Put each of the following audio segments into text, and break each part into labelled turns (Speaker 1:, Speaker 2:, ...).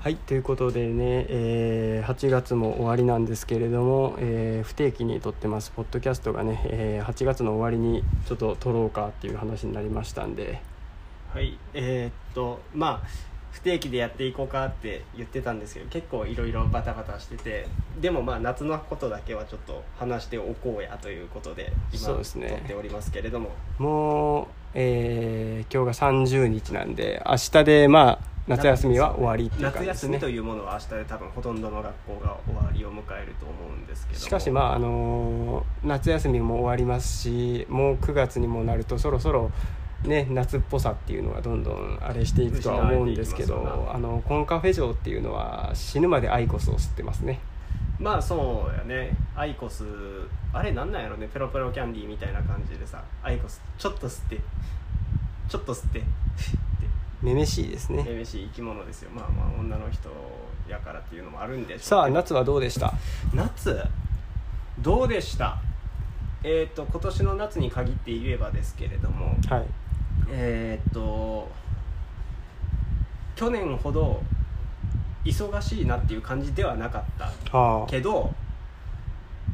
Speaker 1: はいということでね、えー8月も終わりなんですけれども、えー不定期に撮ってますポッドキャストがね、えー8月の終わりにちょっと撮ろうかっていう話になりましたんで
Speaker 2: はいえーっとまあ不定期でやっていこうかって言ってたんですけど結構いろいろバタバタしててでもまあ夏のことだけはちょっと話しておこうやということで今
Speaker 1: そう
Speaker 2: 撮
Speaker 1: ですね
Speaker 2: っておりますけれども、
Speaker 1: もう、えー今日が30日なんで明日でまあ夏休みは終わりっていう感
Speaker 2: 夏
Speaker 1: じです
Speaker 2: 休
Speaker 1: ね
Speaker 2: みというものは明日で多分ほとんどの学校が終わりを迎えると思うんですけども
Speaker 1: しかしまああのー夏休みも終わりますしもう9月にもなるとそろそろね夏っぽさっていうのがどんどんあれしていくとは思うんですけ
Speaker 2: 失われていきます
Speaker 1: ど
Speaker 2: よね
Speaker 1: あのコンカフェ嬢っていうのは死ぬまでアイコスを吸ってますね
Speaker 2: まあそうやねアイコスあれなんなんやろねペロペロキャンディーみたいな感じでさアイコスちょっと吸ってちょっと吸って
Speaker 1: めめしいです
Speaker 2: め
Speaker 1: ね
Speaker 2: めしい生き物ですよまあまあ女の人やからっていうのもあるんで
Speaker 1: さあ
Speaker 2: 夏
Speaker 1: 夏はどうでした
Speaker 2: 夏どうでしたえっ、と今年の夏に限って言えばですけれども
Speaker 1: はい
Speaker 2: えっ、と去年ほど忙しいなっていう感じではなかった
Speaker 1: は
Speaker 2: けど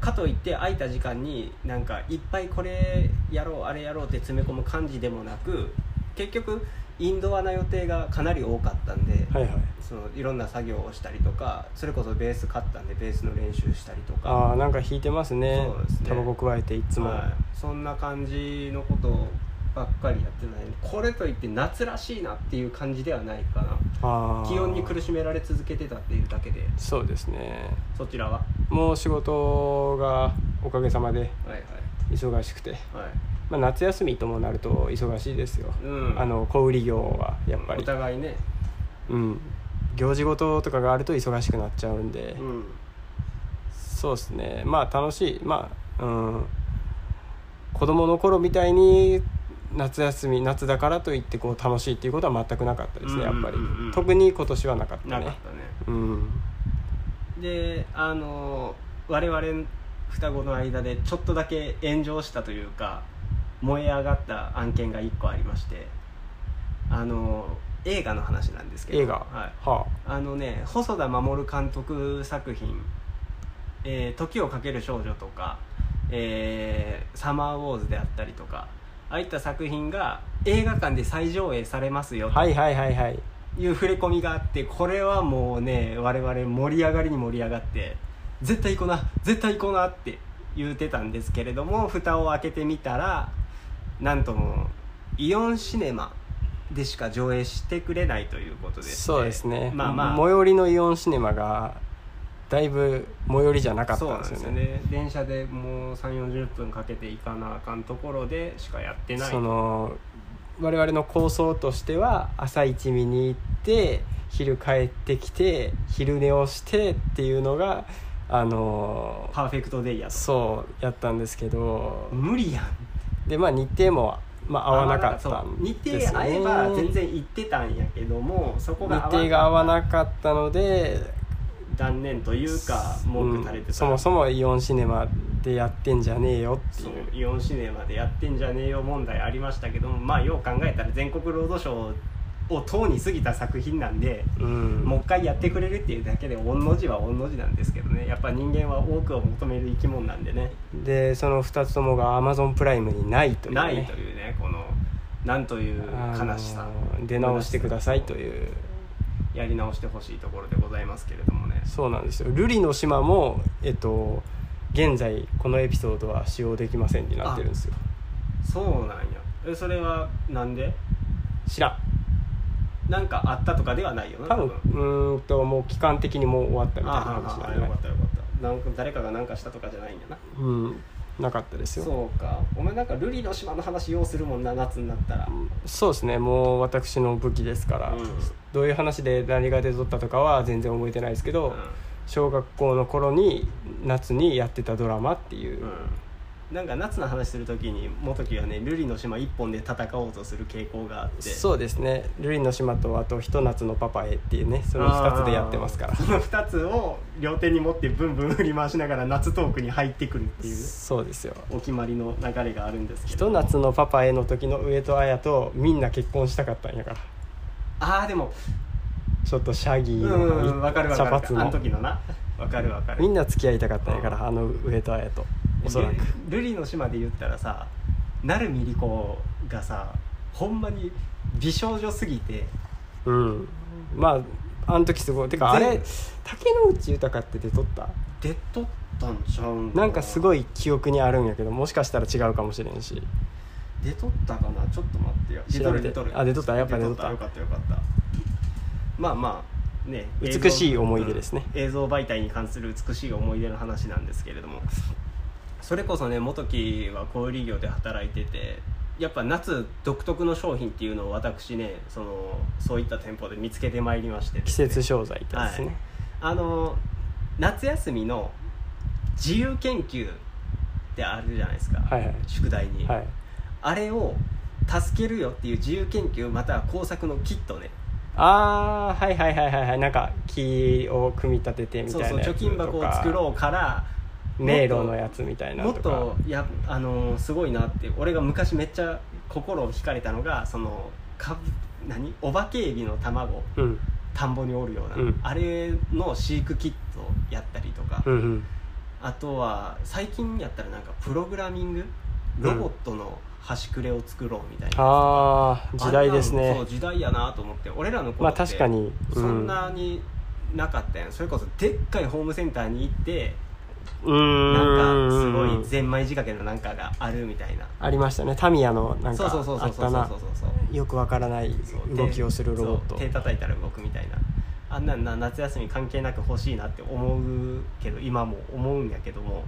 Speaker 2: かといって空いた時間になんかいっぱいこれやろうあれやろうって詰め込む感じでもなく結局インドアな予定がかなり多かったんで、
Speaker 1: あはいはい
Speaker 2: そのいろんな作業をしたりとかそれこそベース買ったんでベースの練習したりとか
Speaker 1: あーなんか弾いてますね
Speaker 2: そうですね
Speaker 1: タバコ加えていつも、
Speaker 2: はいそんな感じのことばっかりやってないこれといって夏らしいなっていう感じではないかな
Speaker 1: あー
Speaker 2: 気温に苦しめられ続けてたっていうだけで
Speaker 1: そうですね
Speaker 2: そちらは
Speaker 1: もう仕事がおかげさまで
Speaker 2: はい
Speaker 1: 忙しくて
Speaker 2: はいはい
Speaker 1: まあ、夏休みともなると忙しいですよ、
Speaker 2: うん
Speaker 1: あの小売業はやっぱ
Speaker 2: お
Speaker 1: り、
Speaker 2: 互いね
Speaker 1: うん、行事ごととかがあると忙しくなっちゃうんで、
Speaker 2: うん
Speaker 1: そうですねまあ楽しいまあうん子供の頃みたいに夏休み夏だからといってこう楽しいっていうことは全くなかったですねやっぱり、
Speaker 2: うんうんうんうん
Speaker 1: 特に今年はなかった
Speaker 2: なかっ
Speaker 1: ね
Speaker 2: たね
Speaker 1: うん
Speaker 2: であの我々双子の間でちょっとだけ炎上したというか燃え上がった案件が1個ありましてあの映画の話なんですけど
Speaker 1: 映画
Speaker 2: はい、
Speaker 1: は
Speaker 2: あのね細田守監督作品「えー時をかける少女」とか、えーサマーウォーズ」であったりとかああいった作品が映画館で再上映されますよ
Speaker 1: あ、
Speaker 2: と
Speaker 1: はいはいはいはい
Speaker 2: いう触れ込みがあってこれはもうね我々盛り上がりに盛り上がって絶対行こうな絶対行こうなって言うてたんですけれども蓋を開けてみたらなんともイオンシネマでしか上映してくれないということで
Speaker 1: そうですね、
Speaker 2: まあまあ
Speaker 1: 最寄りのイオンシネマがだいぶ最寄りじゃなかったんですよ
Speaker 2: そうなんですよね電車でもう3 4 0分かけて行かなあかんところでしかやってない
Speaker 1: その我々の構想としては朝一見に行って昼帰ってきて昼寝をしてっていうのがあの
Speaker 2: パーフェクトデイやと
Speaker 1: そうやったんですけど
Speaker 2: 無理やん
Speaker 1: でまあ日程も、まあ、合わなかった
Speaker 2: そうん日
Speaker 1: で
Speaker 2: 程
Speaker 1: すよ
Speaker 2: 合
Speaker 1: ね
Speaker 2: えば全然行ってたんやけどもそこ
Speaker 1: 日
Speaker 2: が
Speaker 1: 程が合わなかったので
Speaker 2: 断念というか文句垂れてた、
Speaker 1: うんそもそもイオンシネマでやってんじゃねえよって
Speaker 2: そ
Speaker 1: いう
Speaker 2: うイオンシネマでやってんじゃねえよ問題ありましたけどもまあよう考えたら全国ロードショーをとうに過ぎた作品なんで
Speaker 1: うん
Speaker 2: もう一回やってくれるっていうだけで御の字は御の字なんですけどねやっぱ人間は多くを求める生き物なんでね
Speaker 1: でその2つともがアマゾンプライムにないという、ね、
Speaker 2: ないというねこのなんという悲しさ
Speaker 1: あの出直してくださいという
Speaker 2: やり直してほしいところでございますけれどもね
Speaker 1: そうなんですよ「瑠璃の島も」えっと現在このエピソードは使用できませんになってるんですよ
Speaker 2: そうなんやえそれはなんで
Speaker 1: 知らん
Speaker 2: なんかあったとかではないよな
Speaker 1: 多分うーんともう期間的にもう終わったみたいな
Speaker 2: あ
Speaker 1: 感じな
Speaker 2: ああ
Speaker 1: ん
Speaker 2: よ
Speaker 1: で
Speaker 2: かったよかったなんか誰かが何かしたとかじゃないんやな
Speaker 1: うんなかったですよそう
Speaker 2: そうかお前なんかルリの島の話要するもんな夏になったら
Speaker 1: ですねもう私の武器ですから、
Speaker 2: うん
Speaker 1: どういう話で何が出とったとかは全然覚えてないですけど、小学校の頃に夏にやってたドラマっていう、
Speaker 2: うん、なんか夏の話するときに元木はねルリの島一本で戦おうとする傾向があって
Speaker 1: そうですね「瑠璃の島」とあと「ひと夏のパパへ」っていうねその2つでやってますから
Speaker 2: あーその2つを両手に持ってブンブン振り回しながら夏トークに入ってくるっていう
Speaker 1: そうですよ
Speaker 2: お決まりの流れがあるんです
Speaker 1: 「
Speaker 2: け
Speaker 1: ひ
Speaker 2: ど
Speaker 1: と夏のパパへ」の時の上戸彩とみんな結婚したかったんやから
Speaker 2: ああでも
Speaker 1: ちょっとシャギー
Speaker 2: うんうんうん
Speaker 1: の
Speaker 2: わかるわ
Speaker 1: 茶
Speaker 2: か
Speaker 1: 髪
Speaker 2: るあの
Speaker 1: の
Speaker 2: 時のなわかるわかる
Speaker 1: みんな付き合いたかったんやからあの上戸彩とおそらく
Speaker 2: ルルリの島で言ったらさ成海莉子がさほんまに美少女すぎて
Speaker 1: うんまああの時すごいてかあれ
Speaker 2: 全
Speaker 1: 竹野内豊って出とった
Speaker 2: 出っとったんちゃうん
Speaker 1: なんかすご
Speaker 2: い
Speaker 1: い記憶にあるんやけどもしかしたら違うかもしれんし
Speaker 2: 出とったかなちょっと待ってよ
Speaker 1: 調べて
Speaker 2: 出とる
Speaker 1: あ出とったやっぱ出とった
Speaker 2: よかったよかったまあまあね映像
Speaker 1: 美しい思い出ですね
Speaker 2: うん映像媒体に関する美しい思い出の話なんですけれどもそれこそね元木は小売業で働いててやっぱ夏独特の商品っていうのを私ねそのそういった店舗で見つけてまいりましてで
Speaker 1: 季
Speaker 2: すね、
Speaker 1: 節商材ってやつですね、
Speaker 2: あの夏休みの自由研究ってあるじゃないですか、
Speaker 1: はいはい
Speaker 2: 宿題に、
Speaker 1: はい、
Speaker 2: あれを助けるよっていう自由研究または工作のキットね
Speaker 1: あーはいはいはいはいはいなんか木を組み立ててみた
Speaker 2: そ
Speaker 1: いうな
Speaker 2: そう
Speaker 1: やつとか
Speaker 2: 貯金箱を作ろうから
Speaker 1: 迷路のやつみたいな
Speaker 2: も
Speaker 1: の
Speaker 2: っ
Speaker 1: とか
Speaker 2: とやあのーすごいなって俺が昔めっちゃ心を惹かれたのがそのか何お化けエビの卵
Speaker 1: うん
Speaker 2: 田んぼにおるような、
Speaker 1: うん
Speaker 2: あれの飼育キットやったりとか、
Speaker 1: うんうん
Speaker 2: あとは最近やったらなんかプログラミングロボットの端くれを作ろうみたいな、
Speaker 1: ああ時代です
Speaker 2: あんなの
Speaker 1: ね
Speaker 2: そう時代やなと思って俺らの頃
Speaker 1: ま
Speaker 2: っ
Speaker 1: あ
Speaker 2: て、
Speaker 1: 確かに、う
Speaker 2: そんなになかったやん、それこそでっかいホームセンターに行って
Speaker 1: うー
Speaker 2: なん
Speaker 1: ん
Speaker 2: かすごいゼンマイ仕掛けのなんかがあるみたいな
Speaker 1: ありましたねタミヤのなん
Speaker 2: そう
Speaker 1: か
Speaker 2: そうそうそ
Speaker 1: あ
Speaker 2: う
Speaker 1: っ
Speaker 2: そう
Speaker 1: た
Speaker 2: そう
Speaker 1: な
Speaker 2: そうそう
Speaker 1: よくわからない
Speaker 2: そう
Speaker 1: 動きをするロボット
Speaker 2: そう手叩いたら動くみたいなあんなんな夏休み関係なく欲しいなって思うけど今も思うんやけども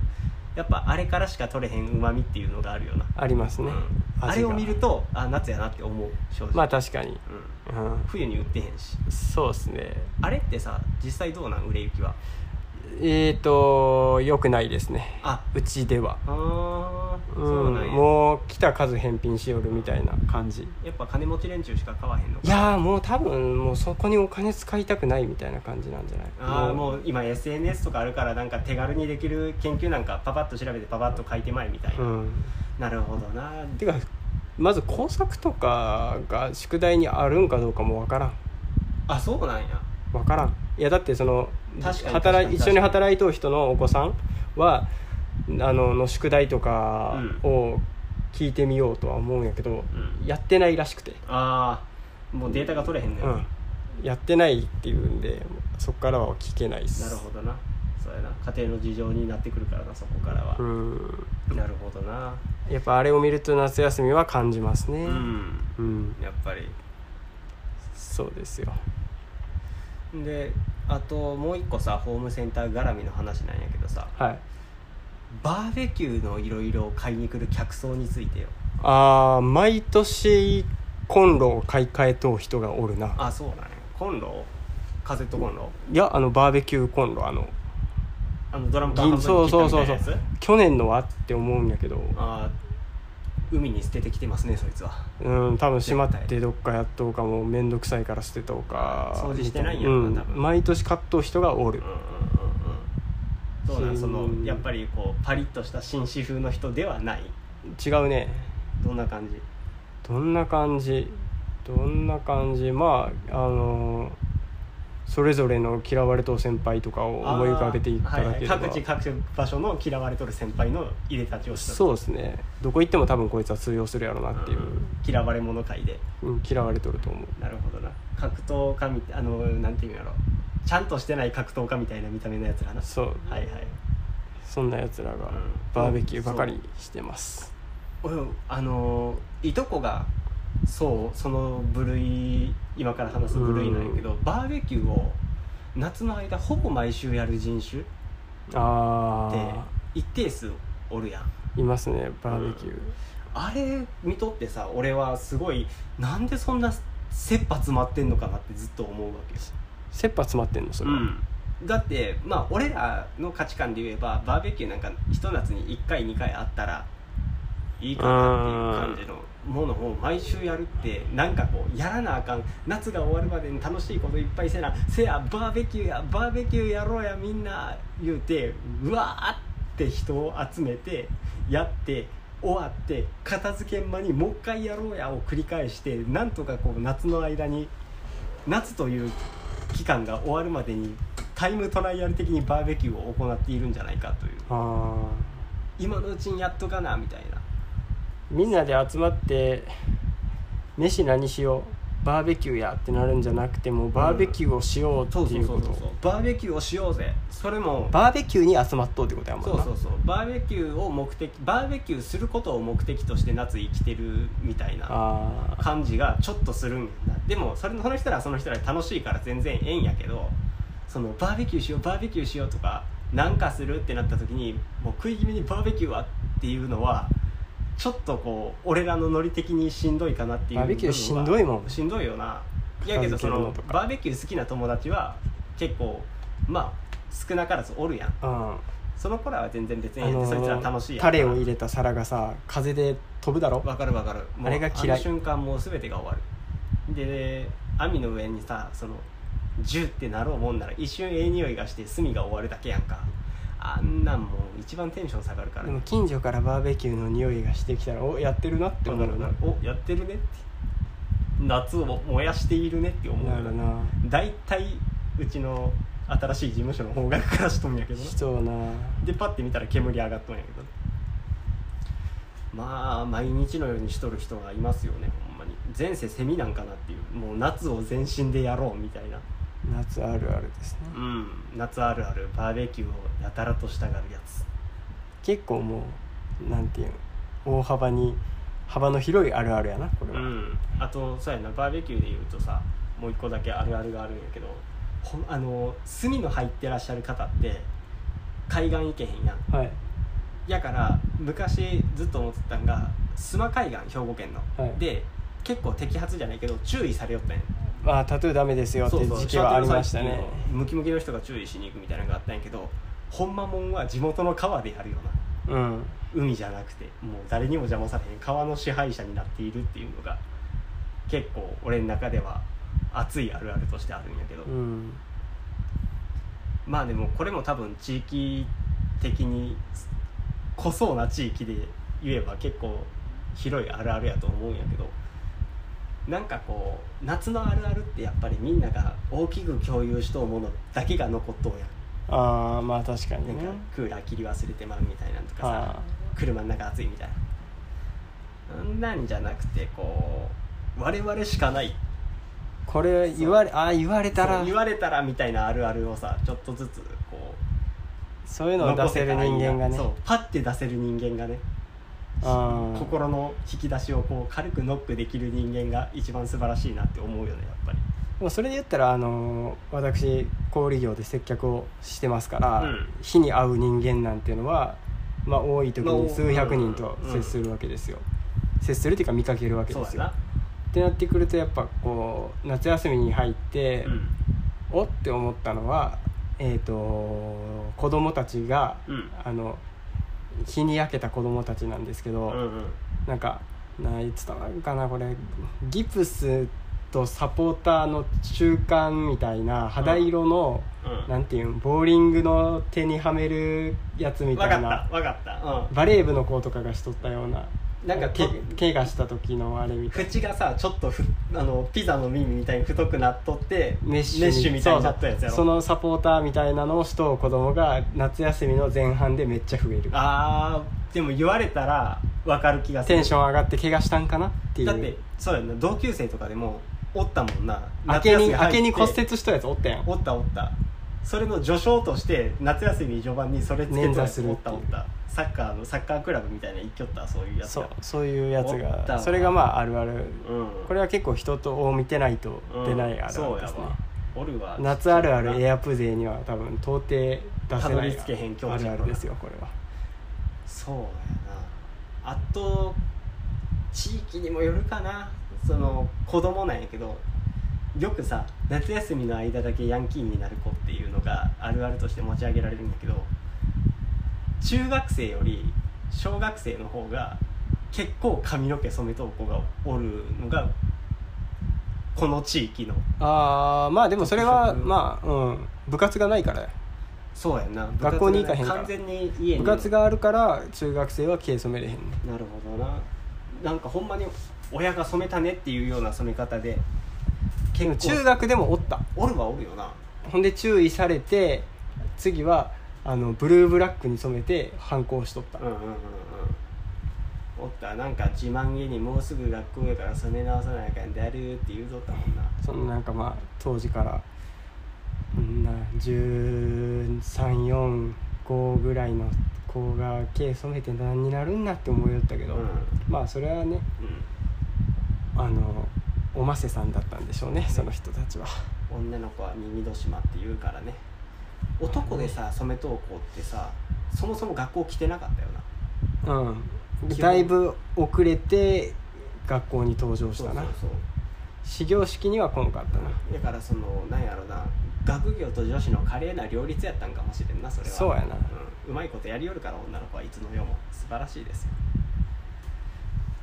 Speaker 2: やっぱあれからしか取れへんうまみっていうのがあるよな、
Speaker 1: あります
Speaker 2: う
Speaker 1: ね、
Speaker 2: ん、あ
Speaker 1: 味
Speaker 2: れ
Speaker 1: が
Speaker 2: を見るとあ夏やなって思う正直、
Speaker 1: まあ確かに、
Speaker 2: うん、
Speaker 1: う
Speaker 2: 冬に売ってへんし
Speaker 1: ん、そうですね
Speaker 2: あれってさ実際どうなん売れ行きは
Speaker 1: えっ、ー、とよくないですね
Speaker 2: あ
Speaker 1: うちでは
Speaker 2: あー
Speaker 1: うん
Speaker 2: そうなんや
Speaker 1: もう来た数返品しよるみたいな感じ
Speaker 2: やっぱ金持ち連中しか買わへんのか
Speaker 1: いやーもう多分もうそこにお金使いたくないみたいな感じなんじゃない
Speaker 2: あ
Speaker 1: も
Speaker 2: あ
Speaker 1: う
Speaker 2: もう今 SNS とかあるからなんか手軽にできる研究なんかパパッと調べてパパッと書いてまいみたいな、
Speaker 1: うん
Speaker 2: なるほどな
Speaker 1: てかまず工作とかが宿題にあるんかどうかもわからん
Speaker 2: あそうなんや
Speaker 1: わからんいやだってその
Speaker 2: 確かに確か
Speaker 1: 働い
Speaker 2: に
Speaker 1: 一緒に働いとう人のお子さんはあのの宿題とかを聞いてみようとは思うんやけど、
Speaker 2: うん
Speaker 1: やってないらしくて、
Speaker 2: ああもうデータが取れへんねん、
Speaker 1: うん、やってないっていうんでそっからは聞けないっす
Speaker 2: なるほどなそうやな家庭の事情になってくるからなそこからは、
Speaker 1: うん
Speaker 2: なるほどな
Speaker 1: やっぱあれを見ると夏休みは感じますね
Speaker 2: うん
Speaker 1: うん、
Speaker 2: やっぱり
Speaker 1: そうですよ
Speaker 2: であともう一個さホームセンター絡みの話なんやけどさ
Speaker 1: はい
Speaker 2: バーベキューのいろいろ買いに来る客層についてよ
Speaker 1: あー毎年コンロを買い替えとう人がおるな
Speaker 2: あそうなんやコンロカセットコンロ
Speaker 1: いやあのバーベキューコンロあの
Speaker 2: あのドラム缶
Speaker 1: 銀
Speaker 2: 半分
Speaker 1: そ
Speaker 2: に
Speaker 1: う
Speaker 2: 切
Speaker 1: そ
Speaker 2: っ
Speaker 1: う
Speaker 2: た
Speaker 1: そ
Speaker 2: み
Speaker 1: う
Speaker 2: た
Speaker 1: そ
Speaker 2: いなやつ
Speaker 1: う去年のはって思うんやけど
Speaker 2: あー海に捨ててきてますねそいつは
Speaker 1: うん多分しまってどっかやっとうかもう面倒くさいから捨てとうか
Speaker 2: 掃除してないんや
Speaker 1: う
Speaker 2: ろなん多分
Speaker 1: 毎年買っとう人がおる
Speaker 2: うんうんうんうんそうなん
Speaker 1: し
Speaker 2: そのやっぱりこうパリッとした紳士風の人ではない
Speaker 1: 違うね
Speaker 2: どんな感じ
Speaker 1: どんな感じどんな感じまああのそれぞれの嫌われとう先輩とかを思い浮かべていただければ、
Speaker 2: あーはいはい各地各場所の嫌われとる先輩の入れたちをした
Speaker 1: そうですねどこ行っても多分こいつは通用するやろうな
Speaker 2: うん
Speaker 1: っていう、
Speaker 2: 嫌われ者会で
Speaker 1: うん、嫌われとると思う
Speaker 2: なるほどな格闘家みたいあのなんていうんやろちゃんとしてない格闘家みたいな見た目のやつらな
Speaker 1: そう
Speaker 2: はいはい
Speaker 1: そんなやつらがバーベキューばかりしてます、
Speaker 2: 俺あのいとこがそうその部類今から話す部類なんやけど、バーベキューを夏の間ほぼ毎週やる人種って
Speaker 1: あ
Speaker 2: 一定数おるやん
Speaker 1: あいますねバーベキュー、
Speaker 2: あれ見とってさ俺はすごいなんでそんな切羽詰まってんのかなってずっと思うわけよ、
Speaker 1: 切羽詰まってんのそれは、
Speaker 2: だってまあ俺らの価値観で言えばバーベキューなんかひと夏に1回2回あったらいいかなっていう感じのものを毎週やるってなんかこうやらなあかん夏が終わるまでに楽しいこといっぱいせなせやバーベキューやバーベキューやろうやみんな言うてうわーって人を集めてやって終わって片付けん間にもう一回やろうやを繰り返してなんとかこう夏の間に夏という期間が終わるまでにタイムトライアル的にバーベキューを行っているんじゃないかという
Speaker 1: あ
Speaker 2: 今のうちにやっとかなみたいな
Speaker 1: ーみんなで集まって飯何しようバーベキューやってなるんじゃなくてもうバーベキューをしようっていうこと、
Speaker 2: バーベキューをしようぜそれも
Speaker 1: バーベキューに集まっとうってことやもんな
Speaker 2: そうそうそうバーベキューを目的バーベキューすることを目的として夏生きてるみたいな
Speaker 1: ああ
Speaker 2: 感じがちょっとするんだでもそれその人らはその人らで楽しいから全然ええんやけどそのバーベキューしようバーベキューしようとかなんかするってなった時にもう食い気味にバーベキューはっていうのはちょっとこう俺らのノリ的にしんどいかなっていう
Speaker 1: バーベキューしんどいもん
Speaker 2: しんどいよないやけど
Speaker 1: 片付け
Speaker 2: そ
Speaker 1: るの
Speaker 2: の
Speaker 1: とか
Speaker 2: バーベキュー好きな友達は結構まあ少なからずおるやん
Speaker 1: うん
Speaker 2: その頃は全然別に、
Speaker 1: あのー
Speaker 2: そいつら楽しいやん
Speaker 1: タレを入れた皿がさ風で飛ぶだろ
Speaker 2: わかるわかるもう
Speaker 1: あれが嫌い
Speaker 2: の瞬間もう全てが終わるで網の上にさそのジュってなろうもんなら一瞬ええ匂いがして炭が終わるだけやんかあんなんもう一番テンション下がるから
Speaker 1: でも近所からバーベキューの匂いがしてきたらおやってるなって
Speaker 2: わ
Speaker 1: 思
Speaker 2: か
Speaker 1: う
Speaker 2: る
Speaker 1: な
Speaker 2: なおやってるねって夏を燃やしているねって思う
Speaker 1: なるな
Speaker 2: 大体うちの新しい事務所の方角からしとんやけどな
Speaker 1: しそうな
Speaker 2: でパッて見たら煙上がっとんやけどまあ毎日のようにしとる人がいますよねほんまに前世セミなんかなっていうもう夏を全身でやろうみたいな
Speaker 1: 夏あるあるですね
Speaker 2: うん夏あるあるバーベキューをやたらとしたがるやつ
Speaker 1: 結構もうなんていうの大幅に幅の広いあるあるやなこれ
Speaker 2: う
Speaker 1: は、
Speaker 2: んあとそうやなバーベキューで言うとさもう一個だけあるあるがあるんやけどほんあの炭の入ってらっしゃる方って海岸行けへんやん
Speaker 1: はい
Speaker 2: やから昔ずっと思ってたんが須磨海岸兵庫県の、
Speaker 1: はい
Speaker 2: で結構摘発じゃないけど注意されよったんや
Speaker 1: まあタトゥーダメですよって
Speaker 2: そうそう
Speaker 1: 時期はありましたね
Speaker 2: ムキムキの人が注意しに行くみたいなのがあったんやけどほんまもんは地元の川でやるような
Speaker 1: うん
Speaker 2: 海じゃなくてもう誰にも邪魔されへん川の支配者になっているっていうのが結構俺の中では熱いあるあるとしてあるんやけど、
Speaker 1: うん
Speaker 2: まあでもこれも多分地域的に濃そうな地域で言えば結構広いあるあるやと思うんやけどなんかこう夏のあるあるってやっぱりみんなが大きく共有しとうものだけが残っとうやん
Speaker 1: ああまあ確かに
Speaker 2: なん
Speaker 1: ね
Speaker 2: かクーラー切り忘れてまうみたいなんとかさ、
Speaker 1: は
Speaker 2: 車の中暑いみたいなそんなんじゃなくてこう我々しかない
Speaker 1: あこれ言われああ言われたら
Speaker 2: そう言われたらみたいなあるあるをさちょっとずつこう
Speaker 1: そういうのを出せる人間がね
Speaker 2: そうパッて出せる人間がね
Speaker 1: あー
Speaker 2: 心の引き出しをこう軽くノックできる人間が一番素晴らしいなって思うよねやっぱり
Speaker 1: もうそれで言ったらあの私小売業で接客をしてますから、
Speaker 2: うん
Speaker 1: 火に合う人間なんていうのは、まあ、多い時
Speaker 2: まあお
Speaker 1: に数百人と
Speaker 2: うん
Speaker 1: 接するわけですよ、接するっていうか見かけるわけ
Speaker 2: そう
Speaker 1: で
Speaker 2: や
Speaker 1: すよ
Speaker 2: な
Speaker 1: ってなってくるとやっぱこう夏休みに入って、おって思ったのはえっ、と子供たちが、
Speaker 2: うん
Speaker 1: あの日に焼けた子供たちなんですけど、
Speaker 2: うんうんうん
Speaker 1: なんかないつたなんかなこれギプスとサポーターの中間みたいな肌色の、
Speaker 2: うん
Speaker 1: なんていうんボーリングの手にはめるやつみ
Speaker 2: 分か
Speaker 1: た
Speaker 2: っ
Speaker 1: い
Speaker 2: た
Speaker 1: な
Speaker 2: 分かった
Speaker 1: バレー部の子とかがしとったような
Speaker 2: うんなんか
Speaker 1: け
Speaker 2: と
Speaker 1: 怪我した時のあれみたいな
Speaker 2: 縁がさちょっとふあのピザの耳みたいに太くなっとって
Speaker 1: メッシュに
Speaker 2: みたいになったやつや
Speaker 1: そう
Speaker 2: ろ
Speaker 1: そのサポーターみたいなのをしとう子供が夏休みの前半でめっちゃ増える
Speaker 2: あーでも言われたら分かる気がする
Speaker 1: テンション上がって怪我したんかなっていう
Speaker 2: だってそうやんな同級生とかでもおったもんな
Speaker 1: 明けに
Speaker 2: 夏休み入
Speaker 1: 明
Speaker 2: って
Speaker 1: けに骨折したやつおったやん
Speaker 2: おったおったそれの序章として夏休み序盤にそれつけ
Speaker 1: 捻
Speaker 2: て
Speaker 1: 挫する
Speaker 2: お
Speaker 1: っ
Speaker 2: って
Speaker 1: い
Speaker 2: た
Speaker 1: う
Speaker 2: おったサッカーのサッカークラブみたいな一挙ったそういうやつ
Speaker 1: そう
Speaker 2: が
Speaker 1: そういうやつ
Speaker 2: おった
Speaker 1: が
Speaker 2: わ
Speaker 1: それがまああるある
Speaker 2: うん
Speaker 1: これは結構人とを見てないと出ないあるあ
Speaker 2: そ
Speaker 1: る
Speaker 2: う
Speaker 1: で
Speaker 2: や
Speaker 1: すね、
Speaker 2: わおるわ
Speaker 1: 夏あるあるエ
Speaker 2: や
Speaker 1: アプ勢には多分到底出せ
Speaker 2: たど
Speaker 1: な
Speaker 2: り
Speaker 1: い
Speaker 2: 着けへん境地
Speaker 1: あるあるですよこれは
Speaker 2: そうやなあと地域にもよるかなその子供なんやけどよくさ夏休みの間だけヤンキーになる子っていうのがあるあるとして持ち上げられるんだけど中学生より小学生の方が結構髪の毛染めとう子がおるのがこの地域の
Speaker 1: ああまあでもそれは
Speaker 2: 特色
Speaker 1: まあうん部活がないからだよ
Speaker 2: そうやな
Speaker 1: 学校に行かへんから
Speaker 2: 完全に家
Speaker 1: 部
Speaker 2: に
Speaker 1: 活があるから中学生は毛染めれへん
Speaker 2: なるほどななんかほんまに親が染めたねっていうような染め方で
Speaker 1: でも
Speaker 2: 結構
Speaker 1: 中学でもおった
Speaker 2: おるはおるよな
Speaker 1: ほんで注意されて次はあのブルーブラックに染めて反抗しとった、
Speaker 2: うんうんうんうんおったなんか自慢げにもうすぐ学校やから染め直さなあかんであるって言うとったもんな
Speaker 1: そのなんかまあ当時からうんな1345ぐらいの子が毛染めて何になるんなって思いよったけど、
Speaker 2: うん
Speaker 1: まあそれはねあのおませさんだったんでしょうねその人たちは
Speaker 2: うん、女の子は耳戸島って言うからね男でさ染めとう子ってさそもそも学校来てなかったよな
Speaker 1: うんだいぶ遅れて学校に登場したな
Speaker 2: そうそう
Speaker 1: 始業式には来んかったな
Speaker 2: そうだからそのなんやろな学業と女子の華麗な両立やったんかもしれんなそれは
Speaker 1: そうやな
Speaker 2: うん、うまいことやりよるから女の子はいつの世も素晴らしいですよ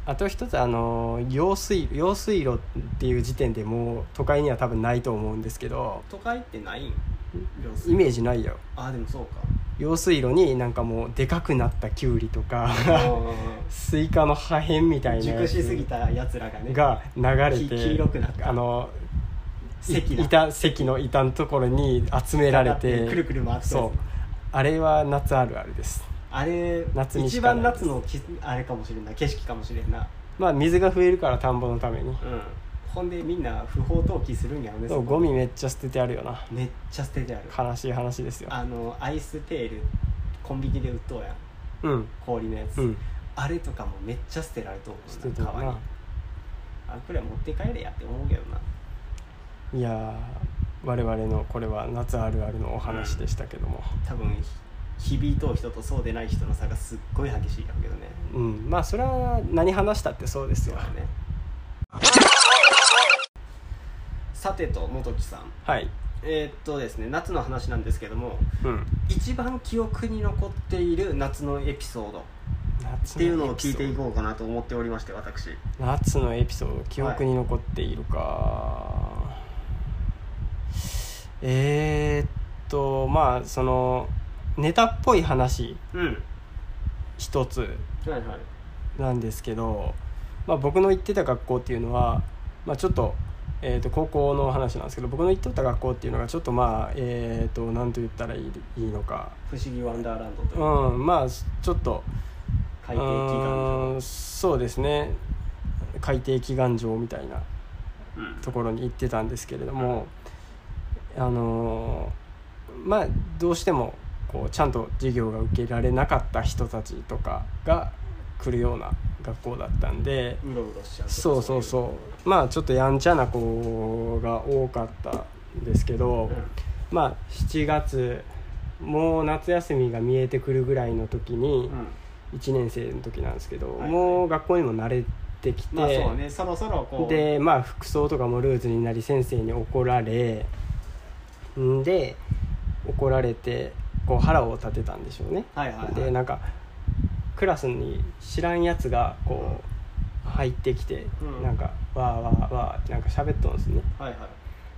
Speaker 1: あと一つあの用水用水路っていう時点でもう都会には多分ないと思うんですけど
Speaker 2: 都会ってないん
Speaker 1: イメ
Speaker 2: ジ
Speaker 1: ージないよ
Speaker 2: ああでもそう か
Speaker 1: 用水路になんかもうでかくなったキュウリとか
Speaker 2: う
Speaker 1: スイカの破片みたい
Speaker 2: ん
Speaker 1: な
Speaker 2: 熟
Speaker 1: やつ
Speaker 2: しすぎたやつらがね
Speaker 1: が流れ
Speaker 2: き
Speaker 1: て
Speaker 2: 黄色くなった
Speaker 1: あの
Speaker 2: 席だ
Speaker 1: 板席の板のところに集められて
Speaker 2: くるくる回ってたやつ
Speaker 1: そうあれは夏あるあるです
Speaker 2: あれ
Speaker 1: 夏にし
Speaker 2: 一
Speaker 1: か
Speaker 2: 番
Speaker 1: ないです
Speaker 2: 夏のきあれかもしれんな景色かもしれんな
Speaker 1: まあ水が増えるから田んぼのために
Speaker 2: うんほんでみんな不法投棄するんやろね
Speaker 1: そう
Speaker 2: そこ
Speaker 1: ゴミめっちゃ捨ててあるよな
Speaker 2: めっちゃ捨ててある
Speaker 1: 悲しい話ですよ
Speaker 2: あのアイスペールコンビニで売っとうやん
Speaker 1: うん
Speaker 2: 氷のやつ、
Speaker 1: うん
Speaker 2: あれとかもめっちゃ捨てられとうもんな
Speaker 1: 捨ててる
Speaker 2: 川に
Speaker 1: な
Speaker 2: あれくらい持って帰れやって思うけどない
Speaker 1: やー我々のこれは夏あるあるのお話でしたけども、
Speaker 2: 多分ひ響いとう人とそうでない人の差がすっごい激しいやろうけどね
Speaker 1: うんまあそれは何話したってそうです
Speaker 2: そう
Speaker 1: よ
Speaker 2: だねさてと元木さん
Speaker 1: はい
Speaker 2: えーっとですね夏の話なんですけども
Speaker 1: うん
Speaker 2: 一番記憶に残っている夏のエピソード
Speaker 1: 夏
Speaker 2: っていうのを聞いてい
Speaker 1: こ
Speaker 2: こうかなと思っておりまして私
Speaker 1: う夏のエピソード記憶に残っているか、えー、っとまあそのネタっぽい話
Speaker 2: うんはい
Speaker 1: 一つ
Speaker 2: はい
Speaker 1: なんですけど、まあ、僕の行ってた学校っていうのは、まあ、ちょっと,、えー、と高校の話なんですけど僕の行ってた学校っていうのがちょっとまあえっ、と何と言ったらいいいいのか
Speaker 2: 不思議ワンダーランドという
Speaker 1: うんまあちょっと
Speaker 2: 海底祈
Speaker 1: うー
Speaker 2: 願
Speaker 1: んそうですね海底祈願場みたいな
Speaker 2: 所うん
Speaker 1: ところに行ってたんですけれども、あのーまあどうしてもこうちゃんと授業が受けられなかった人たちとかが来るような学校だったんで、
Speaker 2: うろうろしちゃう
Speaker 1: そうそうそうまあちょっとやんちゃな子が多かったんですけど、
Speaker 2: う
Speaker 1: まあ7月もう夏休みが見えてくるぐらいの時に
Speaker 2: ん、うん
Speaker 1: 1年生の時なんですけど、
Speaker 2: はいはい
Speaker 1: もう学校にも慣れてきて、
Speaker 2: まあそうねそろそろこう
Speaker 1: でまあ服装とかもルーズになり先生に怒られんで怒られてこう腹を立てたんでしょうね。
Speaker 2: はいはいはい
Speaker 1: でなんかクラスに知らんやつがこう入ってきて、
Speaker 2: うん
Speaker 1: なんかわーわーわーってなんか喋っとんですね
Speaker 2: はいは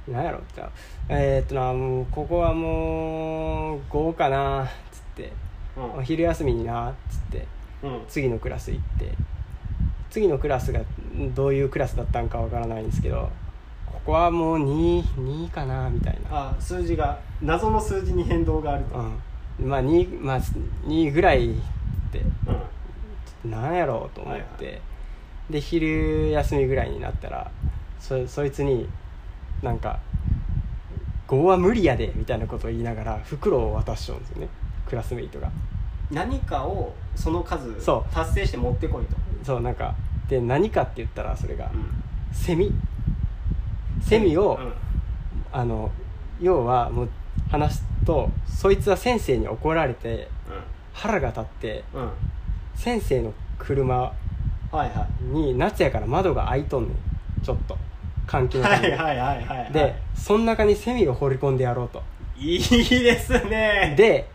Speaker 2: い
Speaker 1: なんやろってえー、っとなもうここはもう5かなっつって
Speaker 2: うん
Speaker 1: お昼休みになっつって
Speaker 2: うん
Speaker 1: 次のクラス行って次のクラスがどういうクラスだったんかわからないんですけどここはもう 2, 2かなみたいな
Speaker 2: あ数字が謎の数字に変動があると
Speaker 1: うん、まあ 2,、まあ、2ぐらいって
Speaker 2: うん
Speaker 1: なんやろうと思って、
Speaker 2: はいは
Speaker 1: で昼休みぐらいになったらそそいつになんか「5は無理やで」みたいなことを言いながら袋を渡しちゃうんですよねクラスメイトが
Speaker 2: 何かをその数
Speaker 1: そう
Speaker 2: 達成して持ってこいと
Speaker 1: そうなんかで何かって言ったらそれが
Speaker 2: うん
Speaker 1: セミセミを、
Speaker 2: うん
Speaker 1: あの要はもう話すとそいつは先生に怒られて腹が立って
Speaker 2: うんうん
Speaker 1: 先生の車
Speaker 2: はいはい
Speaker 1: に夏やから窓が開いとんねんちょっと換気のた
Speaker 2: は
Speaker 1: め
Speaker 2: い
Speaker 1: に
Speaker 2: はいはいはいはい
Speaker 1: でその中にセミを放り込んでやろうと
Speaker 2: いいですね
Speaker 1: で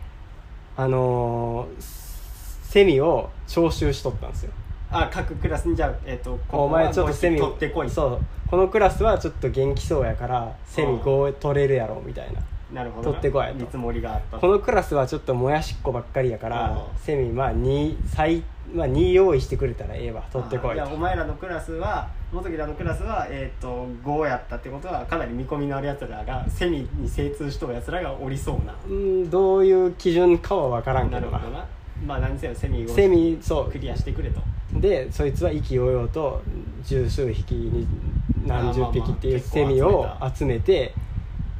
Speaker 1: あのーセミを徴収しとったんですよ
Speaker 2: あ各クラスにじゃあ、えっとここは
Speaker 1: お前ちょっとセミ
Speaker 2: もう一匹取ってこい
Speaker 1: そうこのクラスはちょっと元気そうやからセミ5取れるやろみたいな
Speaker 2: なるほどな
Speaker 1: 取ってこいと
Speaker 2: 見積もりがあった
Speaker 1: このクラスはちょっともやしっこばっかりやから
Speaker 2: うん
Speaker 1: セミまあ2最まあ2用意してくれたらええわ取ってこい
Speaker 2: あじゃあ
Speaker 1: と
Speaker 2: お前らのクラスは元木らのクラスは、えー、と5やったってことはかなり見込みのあるやつらがセミに精通しとうやつらがおりそうな
Speaker 1: うんどういう基準かは分からんけ
Speaker 2: なる
Speaker 1: ど
Speaker 2: ほど
Speaker 1: な
Speaker 2: なまあ何せよセミを
Speaker 1: セミそう
Speaker 2: クリアしてくれと
Speaker 1: でそいつは意気揚々と十数匹に何十匹ってい
Speaker 2: あまあまあ
Speaker 1: うセミを集めて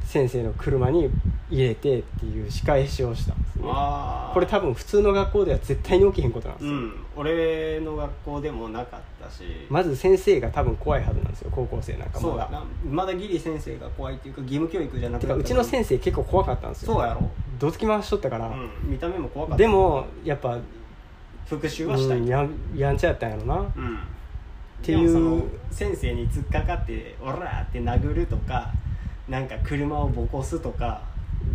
Speaker 1: 先生の車に入れてっていう仕返しをしたんですね
Speaker 2: あ
Speaker 1: これ多分普通の学校では絶対に起きへんことなんです
Speaker 2: う
Speaker 1: よ、
Speaker 2: ん俺の学校でもなかったし
Speaker 1: まず先生が多分怖いはずなんですよ高校生なんか
Speaker 2: そう
Speaker 1: ま
Speaker 2: や
Speaker 1: だ
Speaker 2: なまだギリ先生が怖いっていうか義務教育じゃな
Speaker 1: て
Speaker 2: く
Speaker 1: かうちの先生結構怖かったんですよ
Speaker 2: そうやろ、
Speaker 1: どつき回しとったから、
Speaker 2: うん、見た目も怖かった
Speaker 1: でもやっぱ
Speaker 2: 復習はしたい、
Speaker 1: うんやんやんちゃやったんやろな
Speaker 2: うん、って
Speaker 1: いう
Speaker 2: 先生に突っかかって「オラ!」って殴るとかなんか車をボコすとか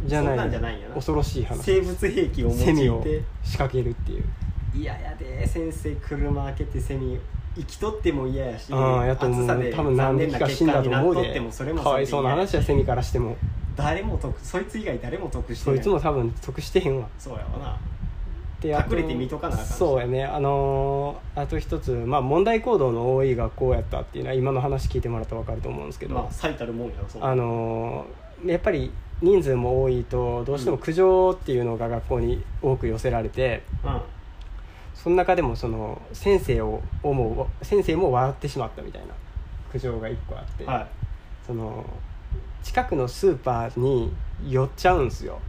Speaker 1: じゃない
Speaker 2: そんなんじゃないんやな
Speaker 1: 恐ろしい話
Speaker 2: 生物兵器を用
Speaker 1: セミ
Speaker 2: い
Speaker 1: を
Speaker 2: て
Speaker 1: 仕掛けるっていう
Speaker 2: 嫌やで先生車開けてセミ生きとっても嫌やし
Speaker 1: ああやと思
Speaker 2: 暑さ
Speaker 1: う
Speaker 2: で
Speaker 1: 多分何匹か死んだと思う
Speaker 2: 残念な結果になっとって
Speaker 1: で
Speaker 2: もそれも
Speaker 1: かわいそうな話
Speaker 2: や
Speaker 1: やセミからしても
Speaker 2: 誰も得そいつ以外誰も得して
Speaker 1: そ
Speaker 2: ない
Speaker 1: いつも多分得してへんわ
Speaker 2: そうやわな
Speaker 1: で
Speaker 2: 隠
Speaker 1: あと
Speaker 2: れて見とかなあかんし
Speaker 1: そうやねあのーあと一つ、まあ、問題行動の多い学校やったっていうのは今の話聞いてもらったら分かると思うんですけど、
Speaker 2: まあ最たるもんやろそんな
Speaker 1: あのーやっぱり人数も多いとどうしても苦情っていうのが学校に多く寄せられて、
Speaker 2: うん
Speaker 1: その中でもその先生を思う先生も笑ってしまったみたいな苦情が1個あって、
Speaker 2: はい
Speaker 1: その近くのスーパーに寄っちゃうんですよ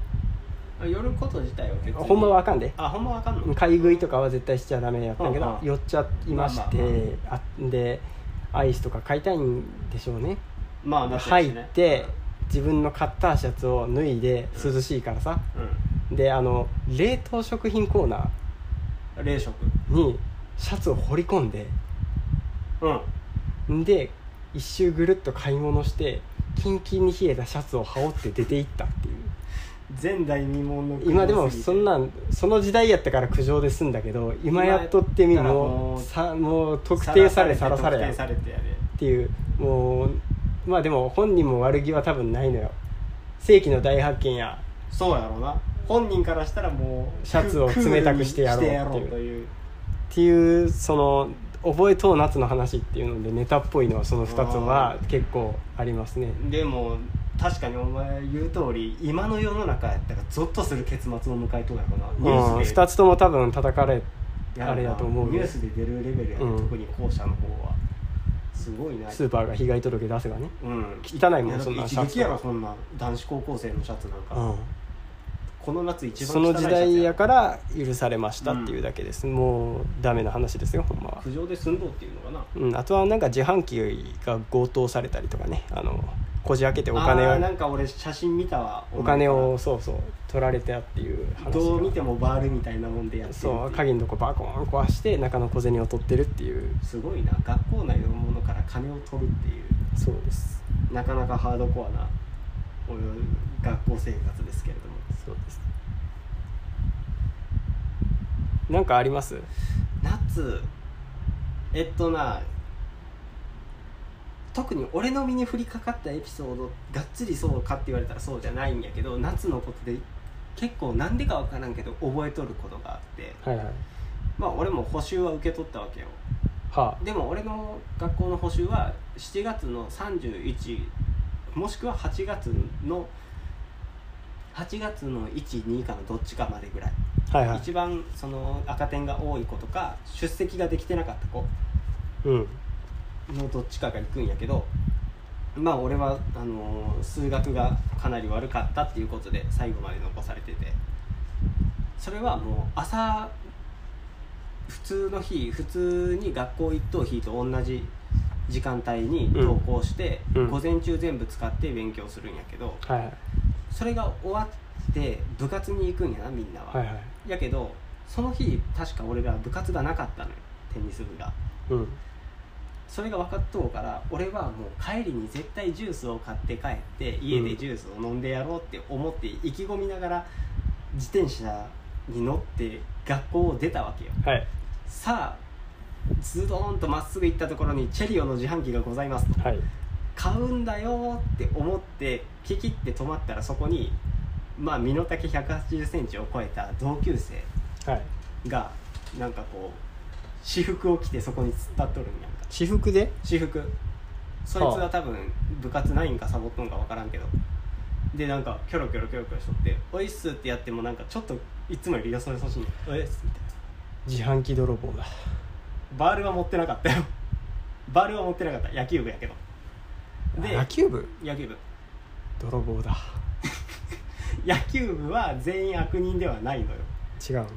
Speaker 2: 寄ること自体は別に
Speaker 1: ほんまはあかんで
Speaker 2: あほんまわかんの
Speaker 1: 買い食いとかは絶対しちゃダメやったけ
Speaker 2: うん
Speaker 1: ど
Speaker 2: うん
Speaker 1: 寄っちゃいまして
Speaker 2: まあまあ
Speaker 1: あでアイスとか買いたいんでしょうね
Speaker 2: まあなしだ
Speaker 1: 入
Speaker 2: しね
Speaker 1: って自分のカッターシャツを脱いで涼しいからさであの冷凍食品コーナ
Speaker 2: うん冷食
Speaker 1: ーにシャツを掘り込んで
Speaker 2: うん
Speaker 1: で一周ぐるっと買い物してキンキンに冷えたシャツを羽織って出て行ったっていう
Speaker 2: 前代未聞の苦労すぎて
Speaker 1: 今でもそんなんその時代やったから苦情で済んだけど今やっとってみ
Speaker 2: 今やったらも
Speaker 1: も
Speaker 2: う
Speaker 1: さもう特定されさらされ
Speaker 2: 特
Speaker 1: や
Speaker 2: 定されてやで
Speaker 1: っていうもうまあでも本人も悪気は多分ないのよ世紀の大発見や
Speaker 2: そうやろうな本人からしたらもう
Speaker 1: シャツを冷たくしてやろうっていう
Speaker 2: クールにしてやろうという
Speaker 1: っていうその覚えとう夏の話っていうのでネタっぽいのはその2つは結構ありますね
Speaker 2: でも確かにお前言う通り今の世の中やったらゾッとする結末を迎えとうやろなニュースで
Speaker 1: 2つとも多分叩かれ
Speaker 2: やろな
Speaker 1: あれやと思うよ
Speaker 2: ニュースで出るレベルやで、
Speaker 1: うん
Speaker 2: 特に後者の方はすごいな
Speaker 1: スーパーが被害届出せばね
Speaker 2: うん、
Speaker 1: 汚いもん
Speaker 2: やだって
Speaker 1: そんなシ
Speaker 2: 一
Speaker 1: ャツ
Speaker 2: 撃やろそんな男子高校生のシャツなんか、この夏一番
Speaker 1: その
Speaker 2: 汚いシ
Speaker 1: 時
Speaker 2: ャツ
Speaker 1: 代
Speaker 2: や
Speaker 1: や
Speaker 2: ろ
Speaker 1: から許されましたっていうだけです、もうダメな話ですよほんまは、
Speaker 2: 苦情で寸胴っていうのかな
Speaker 1: うん、あとはなんか自販機が強盗されたりとかねあのこじ開けてお金
Speaker 2: あーな
Speaker 1: を
Speaker 2: んか俺写真見たわ
Speaker 1: お金をそうそう取られたっていう話が
Speaker 2: どう見てもバールみたいなもんでやってるってい
Speaker 1: そう鍵のとこバコーン壊して中の小銭を取ってるっていう
Speaker 2: すごいな学校内のものから金を取るっていう
Speaker 1: そうです
Speaker 2: なかなかハードコアな俺の学校生活ですけれども
Speaker 1: そうですなんかあります
Speaker 2: 夏えっとな特に俺の身に降りかかったエピソードがっつりそうかって言われたらそうじゃないんやけど夏のことで結構なんでかわからんけど覚えとることがあって
Speaker 1: はいはいは
Speaker 2: まあ俺も補習は受け取ったわけよ
Speaker 1: あ
Speaker 2: でも俺の学校の補習は7月の31もしくは8月の8月の12かのどっちかまでぐらい
Speaker 1: はいはい
Speaker 2: 一番その赤点が多い子とか出席ができてなかった子
Speaker 1: うん
Speaker 2: のどっちかが行くんやけどまあ俺はあのー数学がかなり悪かったっていうことで最後まで残されててそれはもう朝普通の日普通に学校行っとう日と同じ時間帯に登校して、
Speaker 1: うんうん
Speaker 2: 午前中全部使って勉強するんやけど
Speaker 1: はいはい
Speaker 2: それが終わって部活に行くんやなみんなは。
Speaker 1: はいはい
Speaker 2: やけどその日確か俺ら部活がなかったのよテニス部が
Speaker 1: うん
Speaker 2: それが分かっとうから俺はもう帰りに絶対ジュースを買って帰って家でジュースを飲んでやろうって思って意気込みながら自転車に乗って学校を出たわけよ
Speaker 1: はい
Speaker 2: さあズドーンとまっすぐ行ったところにチェリオの自販機がございますと
Speaker 1: はい
Speaker 2: 買うんだよって思ってキキって止まったらそこにまあ身の丈1 8 0ンチを超えた同級生
Speaker 1: はい
Speaker 2: がなんかこう私服を着てそこに突っ立っとるんやんか
Speaker 1: 私服で
Speaker 2: 私服そいつは多分部活ないんかサボっとんか分からんけどでなんかキョロキョロキョロキョロしとって「おいっす」ってやってもなんかちょっといつもよりよそよそしいね「おいっす」みたいな
Speaker 1: 自販機泥棒だ
Speaker 2: バールは持ってなかったよ バールは持ってなかった野球部やけどで
Speaker 1: 野球部
Speaker 2: 野球部
Speaker 1: 泥棒だ
Speaker 2: 野球部は全員悪人ではないのよ、
Speaker 1: 違うの
Speaker 2: う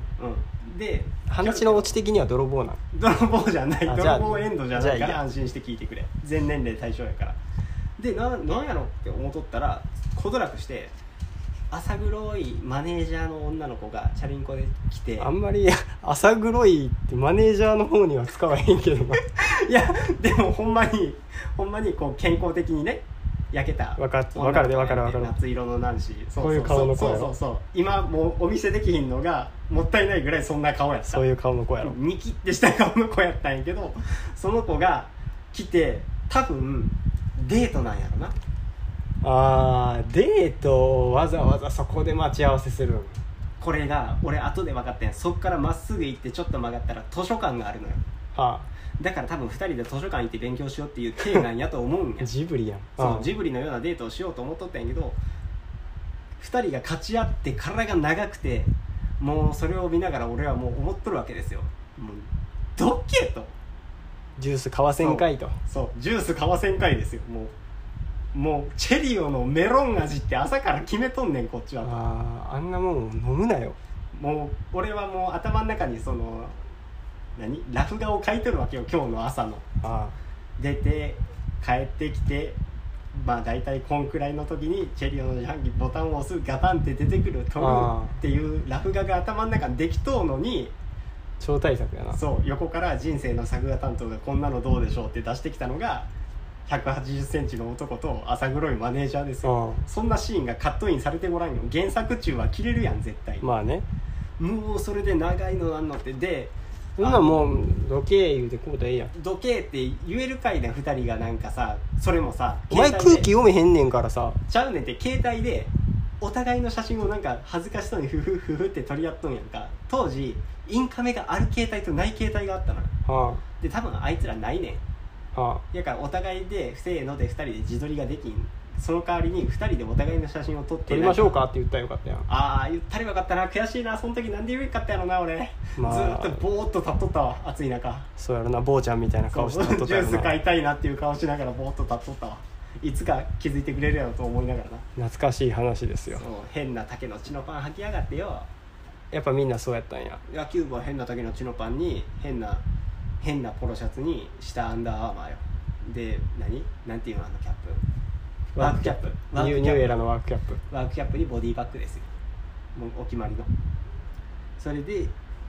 Speaker 2: ん、で
Speaker 1: 話のオ
Speaker 2: ち
Speaker 1: チ的には泥棒なん
Speaker 2: 泥棒じゃない
Speaker 1: あじゃあ
Speaker 2: 泥棒エンドじゃないか
Speaker 1: じゃ
Speaker 2: ら
Speaker 1: あいいや
Speaker 2: 安心して聞いてくれ全年齢対象やからでななんやろって思っとったら小ドラくして浅黒いマネージャーの女の子がチャリンコで来て
Speaker 1: あんまり 朝黒いってマネージャーの方には使わへんけどない
Speaker 2: やでもほんまにほんまにこう健康的にね焼けた
Speaker 1: わかっ
Speaker 2: 女の子
Speaker 1: わかるでわかるわかる
Speaker 2: 夏色のナンシーそ
Speaker 1: こういう顔の子
Speaker 2: そう
Speaker 1: や
Speaker 2: そう
Speaker 1: ろ
Speaker 2: そうそう今もうお見せできひんのがもったいないぐらいそんな顔やった
Speaker 1: そういう顔の子やろ
Speaker 2: ニキってした顔の子やったんやけどその子が来て多分デートなんやろな
Speaker 1: あーデートをわざわざそこで待ち合わせするん
Speaker 2: これが俺後で分かったんやそっからまっすぐ行ってちょっと曲がったら図書館があるのよ
Speaker 1: は
Speaker 2: だから多分2人で図書館行って勉強しようっていう体なんやと思うんや
Speaker 1: あジブリやん
Speaker 2: そう
Speaker 1: あ
Speaker 2: ジブリのようなデートをしようと思っとったんやけど2人が勝ち合って体が長くてもうそれを見ながら俺はもう思っとるわけですよもうどっけと
Speaker 1: ジュース買わせんかいと
Speaker 2: そうジュース買わせんかいですよもうもうチェリオのメロン味って朝から決めとんねんこっちは
Speaker 1: あーあんなもん飲むなよ
Speaker 2: もう俺はもう頭の中にその何ラフ画を書いてるわけよ今日の朝の
Speaker 1: あ
Speaker 2: 出て帰ってきてまあ大体こんくらいの時にチェリオの自販機ボタンを押すガタンって出てくる取る
Speaker 1: あー
Speaker 2: っていうラフ画が頭の中にできとうのに
Speaker 1: あ超大作やな
Speaker 2: そう横から人生の作画担当がこんなのどうでしょうって出してきたのが1 8 0ンチの男と浅黒いマネージャーですよ
Speaker 1: あ
Speaker 2: そんなシーンがカットインされてもらんよ原作中は切れるやん絶対、
Speaker 1: あまあね
Speaker 2: もうそれで長いのなんのってで
Speaker 1: そんなんもうどけ言うてこうたらええやん
Speaker 2: 「どけ」って言えるかいな2人がなんかさそれもさ
Speaker 1: お前
Speaker 2: 携
Speaker 1: 空
Speaker 2: 帯で
Speaker 1: 気読めへんねんからさ
Speaker 2: ちゃうねんって携帯でお互いの写真をなんか恥ずかしそうにフフフフって取り合っとんやんか当時インカメがある携帯とない携帯があったのよ
Speaker 1: は
Speaker 2: で多分あいつらないねん
Speaker 1: あは
Speaker 2: だからお互いでせーので2人で自撮りができんその代わりに2人でお互いの写真を撮っ
Speaker 1: あ
Speaker 2: て
Speaker 1: 撮りましょうかって言ったらよかったやん
Speaker 2: ああ言ったらよかったな悔しいなその時なんで言えんかったやろな俺、
Speaker 1: まあ
Speaker 2: ずーっとボーっと立っとったわ暑い中
Speaker 1: そうやろな坊ちゃんみたいな顔して
Speaker 2: そ
Speaker 1: 撮
Speaker 2: う
Speaker 1: っとっ
Speaker 2: ジ
Speaker 1: たや
Speaker 2: ュ
Speaker 1: ろ
Speaker 2: ース
Speaker 1: な
Speaker 2: 買いたいなっていう顔しながらボーっと立っとったわいつか気づいてくれるやろと思いながらな
Speaker 1: 懐かしい話ですよ
Speaker 2: そう変な竹の血のパン履きやがってよ
Speaker 1: やっぱみんなそうやったんや
Speaker 2: 野球部は変な竹の血のパンに変な変なポロシャツに下アンダーアーマーよで何なんていうのあのキャップワークキャップワー
Speaker 1: ニ
Speaker 2: ク
Speaker 1: ュー
Speaker 2: キャップ
Speaker 1: ニューエラのワークキャップ
Speaker 2: ワークキャップにボディバッグですよもうお決まりのそれで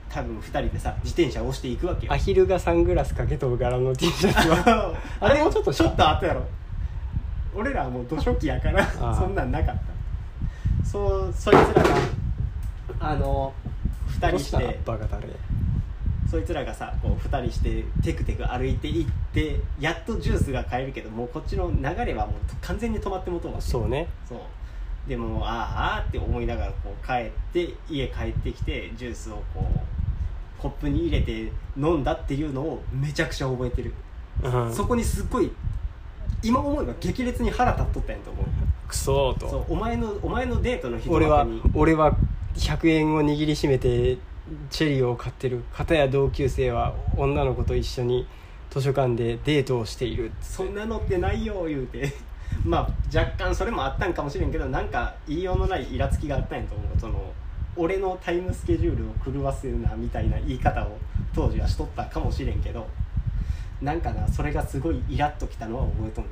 Speaker 2: 多分2人でさ自転車を押していくわけよ
Speaker 1: アヒルがサングラスかけとる柄の T シャツは
Speaker 2: あ
Speaker 1: あ
Speaker 2: れ
Speaker 1: れ
Speaker 2: も
Speaker 1: も
Speaker 2: ち
Speaker 1: ちょ
Speaker 2: ょっ
Speaker 1: っ
Speaker 2: と
Speaker 1: と
Speaker 2: ちょっとあったやろ俺らはもう土初期やから
Speaker 1: ああ
Speaker 2: そんなんなかったそうそいつらがあの2人し
Speaker 1: どうした
Speaker 2: て
Speaker 1: バカ誰
Speaker 2: そいつらがさこう2人してテクテク歩いていってやっとジュースが買えるけどもうこっちの流れはもう完全に止まってもとうわ
Speaker 1: そうね
Speaker 2: そうでもあーあーって思いながらこう帰って家帰ってきてジュースをこうコップに入れて飲んだっていうのをめちゃくちゃ覚えてる、
Speaker 1: うん
Speaker 2: そこにすっごい今思えば激烈に腹立っとったんやと思う
Speaker 1: クソー
Speaker 2: そ
Speaker 1: と
Speaker 2: うお前のお前のデートの日と
Speaker 1: 俺
Speaker 2: か
Speaker 1: は
Speaker 2: に
Speaker 1: 俺は100円を握りしめてチェリーを買ってる片や同級生は女の子と一緒に図書館でデートをしている
Speaker 2: そんなのってないよ言うて まあ若干それもあったんかもしれんけどなんか言いようのないイラつきがあったんやと思うその俺のタイムスケジュールを狂わせるなみたいな言い方を当時はしとったかもしれんけどなんかなそれがすごいイラッときたのは覚えとんや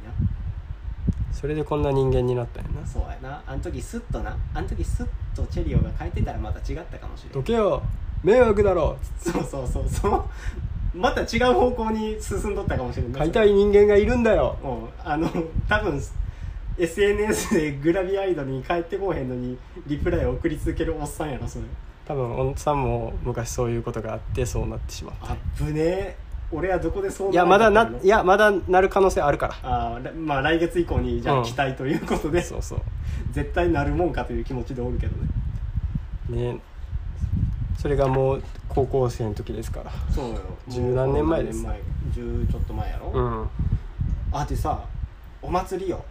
Speaker 1: それでこんな人間になったんやな
Speaker 2: そうやなあの時スッとなあの時スッとチェリオが変えてたらまた違ったかもしれ
Speaker 1: ど
Speaker 2: ん
Speaker 1: けよ迷惑だろ
Speaker 2: そうそうそうそうまた違う方向に進んどったかもしれんない
Speaker 1: 買いたい人間がいるんだよ
Speaker 2: もうあの 多分 SNS でグラビアアイドルに帰ってこうへんのにリプライを送り続けるおっさんやろそれ
Speaker 1: 多分おんさんも昔そういうことがあってそうなってしまっ
Speaker 2: あっぶねえ俺はどこでそ
Speaker 1: た
Speaker 2: うる
Speaker 1: いやまだな
Speaker 2: の
Speaker 1: いやまだなる可能性あるから
Speaker 2: あーらまあ来月以降にじゃ
Speaker 1: う
Speaker 2: あ
Speaker 1: ん
Speaker 2: 期待ということで、
Speaker 1: そうそ
Speaker 2: 絶対なるもんかという気持ちでおるけどね
Speaker 1: うねそれがもう高校生の時ですから
Speaker 2: そうよ
Speaker 1: 十何年前です
Speaker 2: もう十ちょっと前やろ、
Speaker 1: うん
Speaker 2: あでさお祭りよ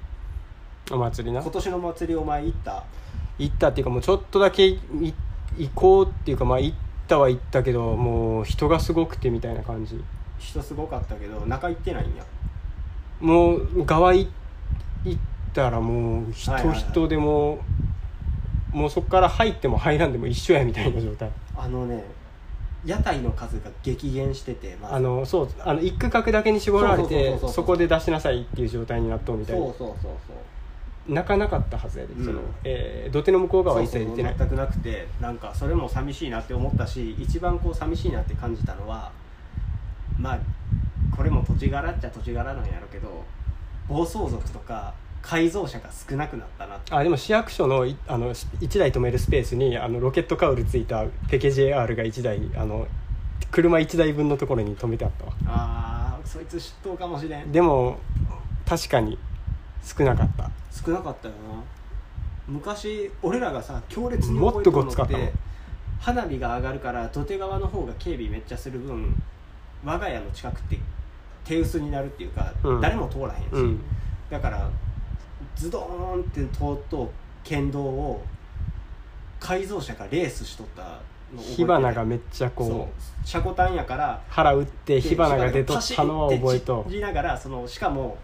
Speaker 1: お祭りな
Speaker 2: 今年の祭りお前行った
Speaker 1: 行ったっていうかもうちょっとだけい行こうっていうかまあ行ったは行ったけどもう人がすごくてみたいな感じ
Speaker 2: 人すごかったけど中行ってないんや
Speaker 1: もう側い行ったらもう人
Speaker 2: はいはいはい
Speaker 1: 人でもう、もうそこから入っても入らんでも一緒やみたいな状態
Speaker 2: あのね屋台の数が激減してて、まず
Speaker 1: あのそうあの一区画だけに絞られ
Speaker 2: そうそうそう
Speaker 1: て
Speaker 2: そうそう
Speaker 1: そこで出しなさいっていう状態になっとうみたい
Speaker 2: そ
Speaker 1: な
Speaker 2: うそうそうそう
Speaker 1: なかなかったはずやで、
Speaker 2: うん
Speaker 1: そのえー土手の向こう側は一切出てない
Speaker 2: そうそう全くなくてなんかそれも寂しいなって思ったし一番こう寂しいなって感じたのはまあこれも土地柄っちゃ土地柄なんやろうけど暴走族とか改造車が少なくなったな
Speaker 1: あでも市役所のいあのし1台止めるスペースにあのロケットカウルついたペケ JR が1台あの車1台分のところに止めてあったわ
Speaker 2: あーそいつ出頭かもしれん
Speaker 1: でも確かに少なかった
Speaker 2: 少なかったよな昔俺らがさ強烈に
Speaker 1: も
Speaker 2: 覚
Speaker 1: っ
Speaker 2: えて
Speaker 1: と
Speaker 2: る
Speaker 1: ご
Speaker 2: の
Speaker 1: っつか
Speaker 2: っ
Speaker 1: ったもん
Speaker 2: て花火が上がるから土手側の方が警備めっちゃする分我が家の近くって手薄になるっていうか、
Speaker 1: うん
Speaker 2: 誰も通らへんし、
Speaker 1: うん
Speaker 2: だからズドーンって通っと県道を改造車がレースしとったの覚えてて
Speaker 1: 火花がめっちゃ
Speaker 2: そ
Speaker 1: こう
Speaker 2: う車庫端やから
Speaker 1: 腹打って火花が出と
Speaker 2: パ
Speaker 1: っ
Speaker 2: シ
Speaker 1: たのは
Speaker 2: ッて
Speaker 1: 覚えと
Speaker 2: 散りながらそのしかも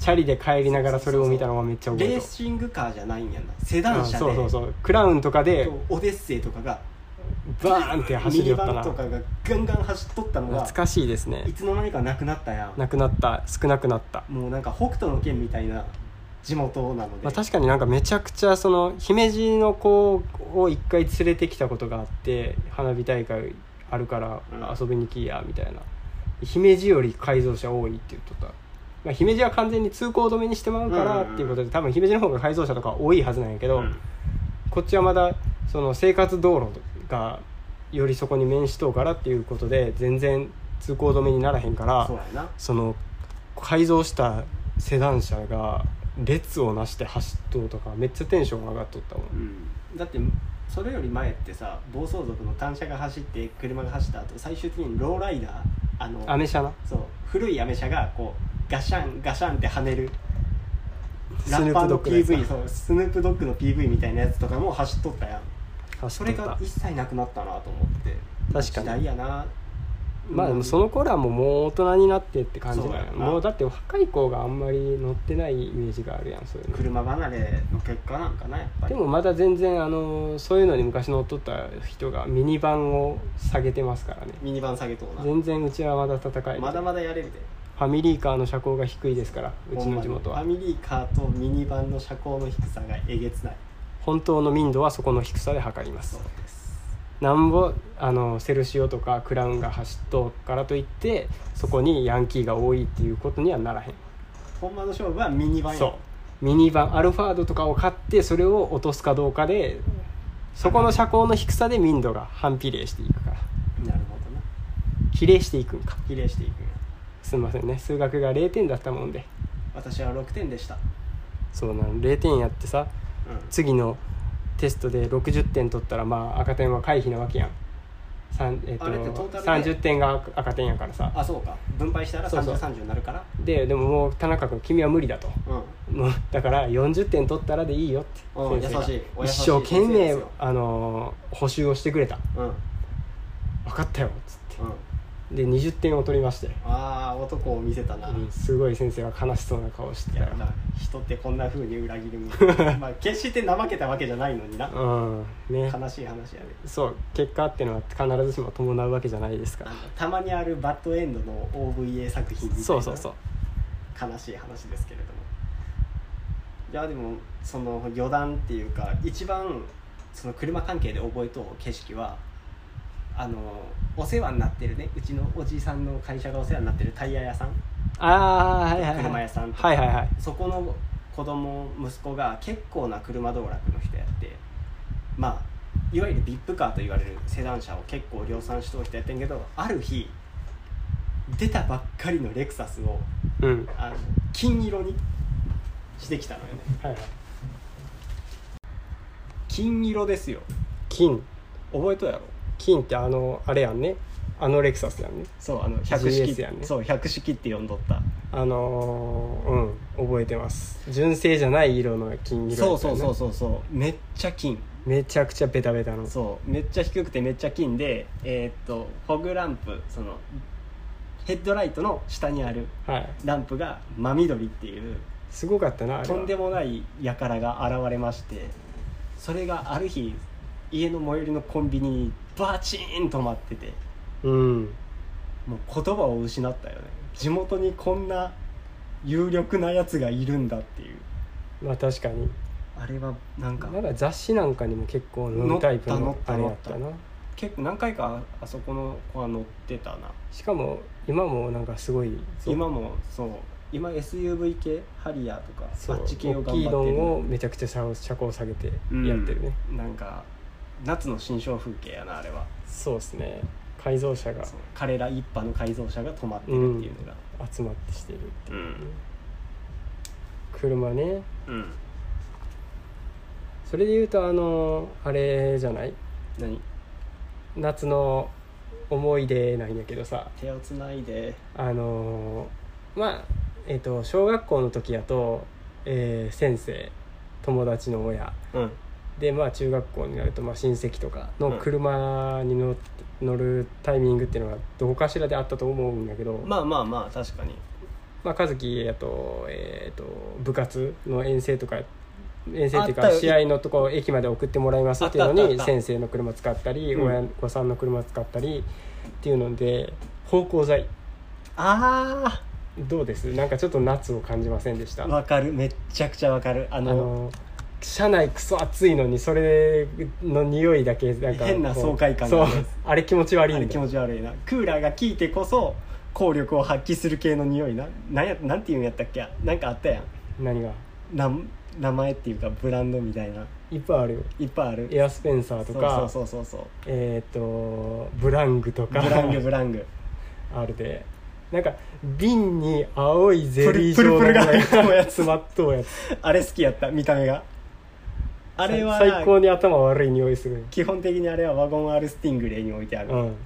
Speaker 1: チャリで帰りながらそれを見たのはめっちゃ覚
Speaker 2: レ
Speaker 1: え
Speaker 2: ー
Speaker 1: と
Speaker 2: シングカーじゃないんやなセダ
Speaker 1: う
Speaker 2: ン
Speaker 1: ん
Speaker 2: 車で、
Speaker 1: そうそうそうクラウンとかで
Speaker 2: そうオデッセイとかが
Speaker 1: バーンって走り
Speaker 2: ミニ
Speaker 1: 寄った
Speaker 2: バン
Speaker 1: な
Speaker 2: とかがガンガン走っとったの
Speaker 1: 懐
Speaker 2: が
Speaker 1: かしいですね
Speaker 2: いつの間にかなくなったやん
Speaker 1: なくなった少なくなった
Speaker 2: もうなんか北斗の拳みたいな地元なので、
Speaker 1: まあ、確かになんかめちゃくちゃその姫路の子を一回連れてきたことがあって花火大会あるから
Speaker 2: うん
Speaker 1: 遊びに来やみたいな、姫路より改造車多いって言っとった、まあ、姫路は完全に通行止めにしてまうか
Speaker 2: うん
Speaker 1: ら
Speaker 2: うんうん
Speaker 1: っていうことで、多分姫路の方が改造車とか多いはずなんやけど、
Speaker 2: うん
Speaker 1: こっちはまだその生活道路がよりそこに面しとうからっていうことで全然通行止めにならへんから
Speaker 2: そうやな
Speaker 1: その改造したセダン車が列をなして走っとうとかめっちゃテンション上がっとったもん、
Speaker 2: だってそれより前ってさ暴走族の単車が走って車が走った後最終的にローライダーあの
Speaker 1: アメ車な
Speaker 2: そう古いアメ車がこうガシャンガシャンって跳ねる
Speaker 1: ス
Speaker 2: ラ
Speaker 1: ヌ
Speaker 2: ッ
Speaker 1: ー
Speaker 2: パー
Speaker 1: プド
Speaker 2: の
Speaker 1: ッグのやつ
Speaker 2: PV そうスヌープドッグの PV みたいなやつとかも走っとったやん
Speaker 1: 走
Speaker 2: そ
Speaker 1: っと
Speaker 2: れ
Speaker 1: った
Speaker 2: が一切なくなったなと思って
Speaker 1: 確かに
Speaker 2: 時代やな
Speaker 1: まあでもそ
Speaker 2: の
Speaker 1: の頃はもうもう大人になってって感じだよ
Speaker 2: そうやな
Speaker 1: もうだって若い子があんまり乗ってないイメージがあるやんそういうの
Speaker 2: 車離れの結果なんかなやっぱり
Speaker 1: でもまだ全然あのそういうのに昔乗っとった人がミニバンを下げてますからね
Speaker 2: ミニバン下げとうな
Speaker 1: 全然うちはまだ戦える
Speaker 2: まだまだやれるで
Speaker 1: ファミリーカーの車高が低いですからうちの地元
Speaker 2: ほ
Speaker 1: は
Speaker 2: んまにファミリーカーとミニバンの車高の低さがえげつない
Speaker 1: 本当の民度はそこの低さで測ります
Speaker 2: です
Speaker 1: なんぼあのセルシオとかクラウンが走っとうからといってそこにヤンキーが多いっていうことにはならへん
Speaker 2: ほんまの勝負はミニバンや
Speaker 1: そうミニバンアルファードとかを買ってそれを落とすかどうかでそこの車高の低さで民度が反比例していくから
Speaker 2: なるほどな
Speaker 1: 比例していくんか
Speaker 2: 比例していくんや
Speaker 1: すみませんね数学が0点だったもんで
Speaker 2: 私は6点でした
Speaker 1: そうなの0点やってさ
Speaker 2: う
Speaker 1: 次のテストで60点取ったらまあ赤点は回避なわけやん、さんえっと
Speaker 2: あれってトータルで
Speaker 1: 30点が赤点やからさ
Speaker 2: んあそうか分配したら
Speaker 1: そうそう
Speaker 2: 3030になるから
Speaker 1: ででももう田中君君は無理だと
Speaker 2: うん
Speaker 1: もうだから40点取ったらでいいよって
Speaker 2: うん
Speaker 1: 先生が
Speaker 2: 優しいお優
Speaker 1: 一
Speaker 2: しい
Speaker 1: 生懸
Speaker 2: 先生で
Speaker 1: 命
Speaker 2: すよ
Speaker 1: あのー補習をしてくれた
Speaker 2: うんうん
Speaker 1: 分かったよっつってで20点を取りまして、
Speaker 2: ああ男を見せたな、
Speaker 1: うんすごい先生が悲しそうな顔して
Speaker 2: い
Speaker 1: た
Speaker 2: や
Speaker 1: よ
Speaker 2: な人ってこんな風に裏切るみたい なまあ決して怠けたわけじゃないのにな
Speaker 1: うんね
Speaker 2: 悲しい話やで
Speaker 1: そう結果っていうのは必ずしも伴うわけじゃないですか
Speaker 2: な
Speaker 1: ら
Speaker 2: んかたまにあるバッドエンドの OVA 作品みたいな
Speaker 1: そうそうそう
Speaker 2: 悲しい話ですけれどもいやでもその余談っていうか一番その車関係で覚えとう景色はあのお世話になってるねうちのおじいさんの会社がお世話になってるタイヤ屋さん
Speaker 1: ああーはいはいはい
Speaker 2: 車屋さんとか
Speaker 1: はいはいはい
Speaker 2: そこの子供息子が結構な車道楽の人やってまあいわゆる VIP カーと言われるセダン車を結構量産しとう人やってんけどある日出たばっかりのレクサスを
Speaker 1: うん
Speaker 2: あの金色にしてきたのよね
Speaker 1: はいはい
Speaker 2: 金色ですよ
Speaker 1: 金
Speaker 2: 覚えとうやろ
Speaker 1: 金ってあのあれやんねあのレクサスやんね
Speaker 2: そうあの百式、
Speaker 1: GS やね
Speaker 2: そう百式って呼んどった
Speaker 1: あのーうん覚えてます純正じゃない色の金色やった
Speaker 2: そ
Speaker 1: よ
Speaker 2: う
Speaker 1: ね
Speaker 2: そうそうそうそうめっちゃ金
Speaker 1: めちゃくちゃベタベタの
Speaker 2: そうめっちゃ低くてめっちゃ金でえーっとフォグランプそのヘッドライトの下にある
Speaker 1: はい
Speaker 2: ランプが真緑っていう
Speaker 1: すごかったなあれ
Speaker 2: と
Speaker 1: は
Speaker 2: んでもない輩が現れましてそれがある日家の最寄りのコンビニにバチーン止まってて
Speaker 1: うん
Speaker 2: もう言葉を失ったよね地元にこんな有力なやつがいるんだっていう
Speaker 1: まあ確かに
Speaker 2: あれはなんか
Speaker 1: なんか雑誌なんかにも結構乗るタイプ
Speaker 2: 乗
Speaker 1: の
Speaker 2: った
Speaker 1: あれ
Speaker 2: 乗
Speaker 1: やっ
Speaker 2: っ
Speaker 1: たたな
Speaker 2: 結構何回かあそこの子は乗ってたな
Speaker 1: しかも今もなんかすごいぞ
Speaker 2: 今もそう今 SUV 系ハリアーとか
Speaker 1: そ
Speaker 2: あ
Speaker 1: う
Speaker 2: っち系を
Speaker 1: 大
Speaker 2: 頑
Speaker 1: きい
Speaker 2: 張
Speaker 1: ド
Speaker 2: ってる
Speaker 1: ンをめちゃくちゃ車車高下げてやってるね、
Speaker 2: うんなんか夏の新象風景やなあれは
Speaker 1: そうですね改造車が
Speaker 2: そう彼ら一派の改造車が止まってるっていうのが
Speaker 1: 集まってしてるって
Speaker 2: う
Speaker 1: いう、
Speaker 2: ん
Speaker 1: 車ね
Speaker 2: うん
Speaker 1: それで言うとあのあれじゃない
Speaker 2: 何
Speaker 1: 夏の思い出なんやけどさ
Speaker 2: 手をつないで
Speaker 1: あのまあえっ、と小学校の時やと、えー先生友達の親
Speaker 2: うん
Speaker 1: でまあ中学校になるとまあ親戚とかの車に乗,、乗るタイミングっていうのがどこかしらであったと思うんだけど、
Speaker 2: まあまあまあ確かに
Speaker 1: まあ、和樹やと,、えー、と部活の遠征とか遠征っていう
Speaker 2: あっ
Speaker 1: か
Speaker 2: たよ
Speaker 1: 試合のとこ駅まで送ってもらいますっていう
Speaker 2: あっ
Speaker 1: の
Speaker 2: たあっ
Speaker 1: に
Speaker 2: た
Speaker 1: 先生の車使ったり
Speaker 2: うん
Speaker 1: 親御さんの車使ったりっていうので芳香剤
Speaker 2: あ
Speaker 1: どうですなんかちょっと夏を感じませんでした
Speaker 2: あ
Speaker 1: あ
Speaker 2: わかるめっちゃくちゃわかるあの
Speaker 1: の車内クソ暑いのにそれの匂いだけなんか
Speaker 2: 変な
Speaker 1: こう
Speaker 2: 爽快感
Speaker 1: そ
Speaker 2: が
Speaker 1: う
Speaker 2: ね
Speaker 1: あれ気持ち悪い
Speaker 2: あれ
Speaker 1: ん
Speaker 2: 気
Speaker 1: だ
Speaker 2: 持ち悪いなクーラーが効いてこそ効力を発揮する系の匂いななんやなんていうんやったっけなんかあったや
Speaker 1: 何が
Speaker 2: んなん名前っていうかブランドみたいない
Speaker 1: っぱいあるよ
Speaker 2: いっぱいある
Speaker 1: エアスペンサーとか
Speaker 2: そうそうそうそう
Speaker 1: えっ、とブラングと
Speaker 2: ブ
Speaker 1: か
Speaker 2: ラングブラング
Speaker 1: あるでなんか瓶に青いゼリー
Speaker 2: プル
Speaker 1: 状
Speaker 2: プルプルが入っ
Speaker 1: の
Speaker 2: とうやつ
Speaker 1: 詰まっとうやつ
Speaker 2: あれ好きやった見た目があれは
Speaker 1: さ最高に頭悪い匂いする
Speaker 2: 基本的にあれはワゴン R スティングレイに置いてある、
Speaker 1: うん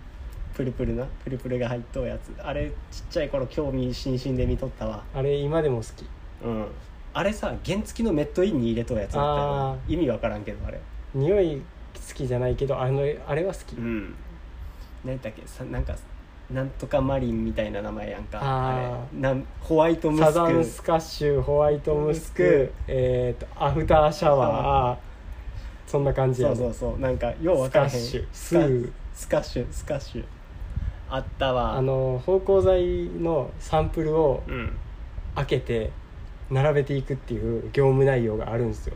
Speaker 2: プルプルなプルプルが入っとうやつあれちっちゃい頃興味津々で見とったわ
Speaker 1: あれ今でも好き
Speaker 2: うんあれさ原付きのメットインに入れとうやつだったよ
Speaker 1: あ
Speaker 2: 意味わからんけどあれ
Speaker 1: 匂い好きじゃないけどあのあれは好き、
Speaker 2: うん何だっけさなんかなんとかマリンみたいな名前やんか
Speaker 1: あー
Speaker 2: れなんホワイトムスク
Speaker 1: サザンスカッシュホワイトムスク
Speaker 2: ムスク
Speaker 1: えー、とアフターシャワーそんな感じや
Speaker 2: そ
Speaker 1: ね
Speaker 2: うそうそうなんかようわからへん
Speaker 1: スカッシュ
Speaker 2: スカ
Speaker 1: スー
Speaker 2: スカッシュスカッシュあったわ
Speaker 1: あの芳香剤のサンプルを
Speaker 2: うん
Speaker 1: 開けて並べていくっていう業務内容があるんですよ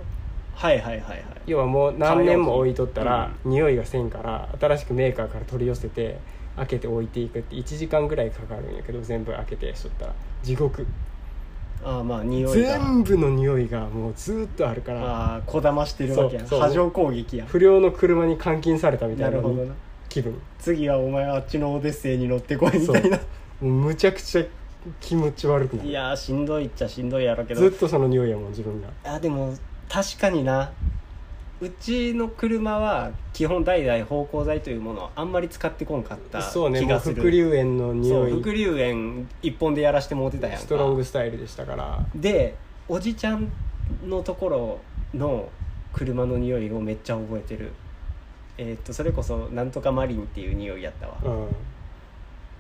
Speaker 2: はいはいはいはい
Speaker 1: 要はもう何年も置いとったら
Speaker 2: 買い置
Speaker 1: 匂いがせんから新しくメーカーから取り寄せて開けて置いていくって1時間ぐらいかかるんやけど全部開けてしとったら地獄
Speaker 2: ああまあ匂いが
Speaker 1: 全部の匂いがもうずーっとあるから
Speaker 2: ああこだましてるわけ
Speaker 1: そ
Speaker 2: や
Speaker 1: うそう
Speaker 2: 波状攻撃や
Speaker 1: 不良の車に監禁されたみた
Speaker 2: ない
Speaker 1: な
Speaker 2: るほどな
Speaker 1: 気分も
Speaker 2: 次はお前はあっちのオデッセイに乗ってこいみたいな
Speaker 1: うむちゃくちゃ気持ち悪く
Speaker 2: い
Speaker 1: なる
Speaker 2: やーしんどいっちゃしんどいやろうけど
Speaker 1: ずっとその匂いやもん自分が
Speaker 2: あでも確かになうちの車は基本代々芳香剤というものをあんまり使ってこんかった
Speaker 1: そうね
Speaker 2: 気
Speaker 1: もう
Speaker 2: がする
Speaker 1: 伏流炎の
Speaker 2: そ
Speaker 1: 匂
Speaker 2: う
Speaker 1: い
Speaker 2: 伏流炎一本でやらしてもうてたやんか
Speaker 1: ストロングスタイルでしたから
Speaker 2: でおじちゃんのところの車の匂いをめっちゃ覚えてるえーっとそれこそなんとかマリンっていう匂いやったわ、
Speaker 1: うん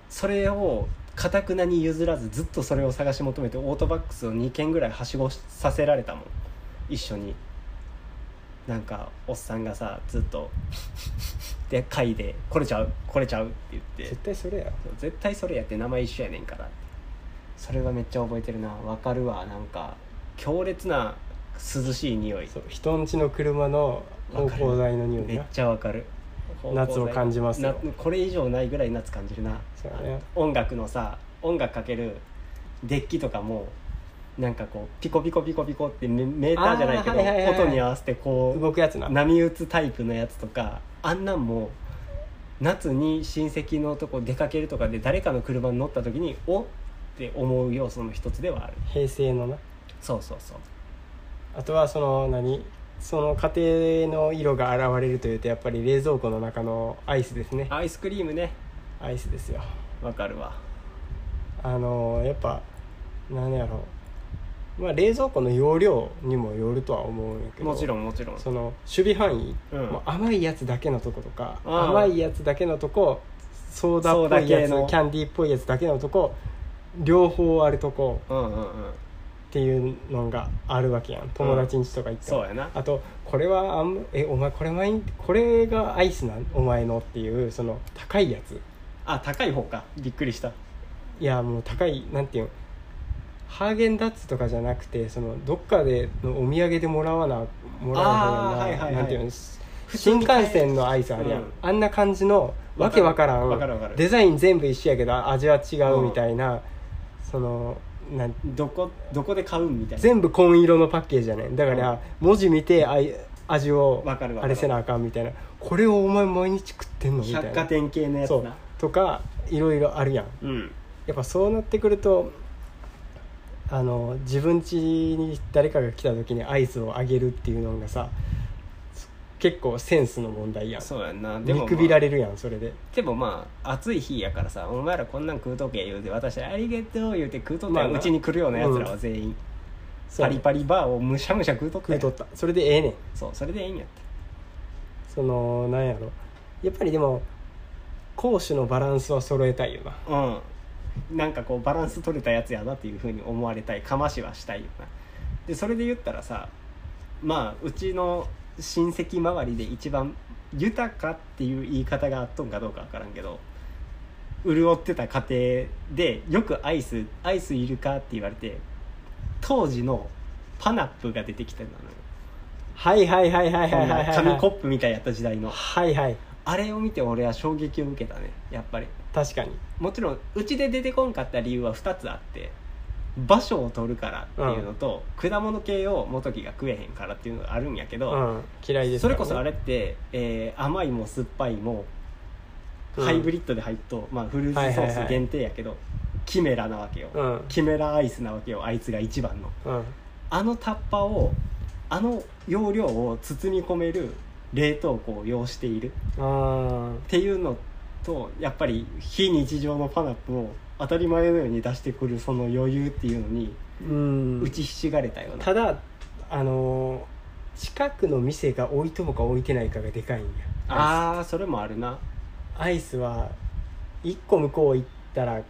Speaker 2: それをかたくなに譲らずずっとそれを探し求めてオートバックスを2軒ぐらいはしごさせられたもん一緒になんかおっさんがさずっとで嗅いで「これちゃうこれちゃう」って言って
Speaker 1: 絶対それや
Speaker 2: そう絶対それやって名前一緒やねんからそれはめっちゃ覚えてるなわかるわなんか強烈な涼しい匂い
Speaker 1: そう人んちの車の芳香剤の匂い
Speaker 2: めっ
Speaker 1: な
Speaker 2: ちゃわかる
Speaker 1: 夏を感じますよ
Speaker 2: なこれ以上ないぐらい夏感じるな、
Speaker 1: そうやね
Speaker 2: 音楽のさ音楽かけるデッキとかもなんかこうピコピコピコピコってメメーターじゃないけど、
Speaker 1: あーはいはいはい
Speaker 2: 音に合わせてこう
Speaker 1: 動くやつな
Speaker 2: 波打つタイプのやつとかあんなんも夏に親戚のとこ出かけるとかで誰かの車に乗った時におって思う要素の一つではある
Speaker 1: 平成のな
Speaker 2: そうそうそう
Speaker 1: あとはその何その家庭の色が現れるというとやっぱり冷蔵庫の中のアイスですね
Speaker 2: アイスクリームね
Speaker 1: アイスですよ
Speaker 2: わかるわ
Speaker 1: あのやっぱ何やろう、まあ、冷蔵庫の容量にもよるとは思うんやけど
Speaker 2: もちろんもちろん
Speaker 1: その守備範囲、
Speaker 2: うん
Speaker 1: もう甘いやつだけのとことか
Speaker 2: ああ
Speaker 1: 甘いやつだけのとこソーダっぽいやつ
Speaker 2: ソーダ系の
Speaker 1: キャンディーっぽいやつだけのとこ両方あるとこ
Speaker 2: うんうんうん
Speaker 1: っていうのがあるわけやん友達ん家とか行っても、
Speaker 2: そうやな
Speaker 1: あとこれはあんえお前これ毎日これがアイスなんお前のっていうその高いやつ
Speaker 2: あ高い方かびっくりした
Speaker 1: いやもう高いなんていうんハーゲンダッツとかじゃなくてそのどっかでのお土産でもらわなもらわな、
Speaker 2: あーはいはいはい
Speaker 1: なんていうんす
Speaker 2: 普通
Speaker 1: 新
Speaker 2: に買え
Speaker 1: 幹線のアイスあるやん、
Speaker 2: うん
Speaker 1: あんな感じのわけわからん
Speaker 2: わかるわかる
Speaker 1: デザイン全部一緒やけど味は違うみたいな、そのなん
Speaker 2: どこどこで買うんみたいな
Speaker 1: 全部紺色のパッケージじゃねんだから、
Speaker 2: うん
Speaker 1: 文字見てあい味を
Speaker 2: わかるわ
Speaker 1: あ
Speaker 2: かる
Speaker 1: れせなあかんみたいなこれをお前毎日食ってんのみたいな
Speaker 2: 百貨店系のやつ
Speaker 1: そう
Speaker 2: な
Speaker 1: とかいろいろあるやん
Speaker 2: うん
Speaker 1: やっぱそうなってくるとあの自分家に誰かが来た時にアイスをあげるっていうのがさ結構センスの問題やん
Speaker 2: そうやんなでも、ま
Speaker 1: 見
Speaker 2: あ
Speaker 1: くびられるやんそれで
Speaker 2: でもまあ暑い日やからさ「お前らこんなん食うとけ」言うて「私ありがとう」言うて食うとったや
Speaker 1: ま
Speaker 2: ん
Speaker 1: あな
Speaker 2: うちに来るようなやつらは全員、
Speaker 1: そう
Speaker 2: パリパリバーをむしゃむしゃ食うとった
Speaker 1: 食
Speaker 2: や
Speaker 1: うんとったそれでええねん
Speaker 2: そうそれでええんやって
Speaker 1: そのなんやろやっぱりでも攻守のバランスは揃えたいよな
Speaker 2: うんなんかこうバランス取れたやつやなっていうふうに思われたいかましはしたいよなでそれで言ったらさまあうちの親戚周りで一番豊かっていう言い方があっとんかどうかわからんけど潤ってた家庭でよくアイスアイスいるかって言われて当時のパナップが出てきてたのよ
Speaker 1: はいはいはいはいはいはいはい
Speaker 2: こんな
Speaker 1: はい
Speaker 2: 紙コップみたいやった時代の
Speaker 1: はいはい
Speaker 2: あれを見て俺は衝撃を受けたねやっぱり
Speaker 1: 確かに
Speaker 2: もちろんうちで出てこんかった理由は2つあって場所を取るからっていうのと、果物系を元木が食えへんからっていうのがあるんやけ
Speaker 1: う
Speaker 2: ど、
Speaker 1: ん嫌いです
Speaker 2: そ
Speaker 1: からね
Speaker 2: れこそあれって、えー甘いも酸っぱいも、
Speaker 1: うん
Speaker 2: ハイブリッドで入っと、まあ、フルーツソ
Speaker 1: はいはいは
Speaker 2: ー
Speaker 1: い
Speaker 2: ス限定やけど、キメラなわけよ、
Speaker 1: うん
Speaker 2: キメラアイスなわけよあいつが一番の
Speaker 1: うん
Speaker 2: あのタッパをあの容量を包み込める冷凍庫を要している
Speaker 1: あ
Speaker 2: っていうのとやっぱり非日常のパナップを当たり前のように出してくるその余裕っていうのに
Speaker 1: ーうん
Speaker 2: 打ちひしがれたような、
Speaker 1: ただあのー近くの店が置いともか置いてないかがでかいんや
Speaker 2: ああそれもあるな
Speaker 1: アイスは一個向こう行ったら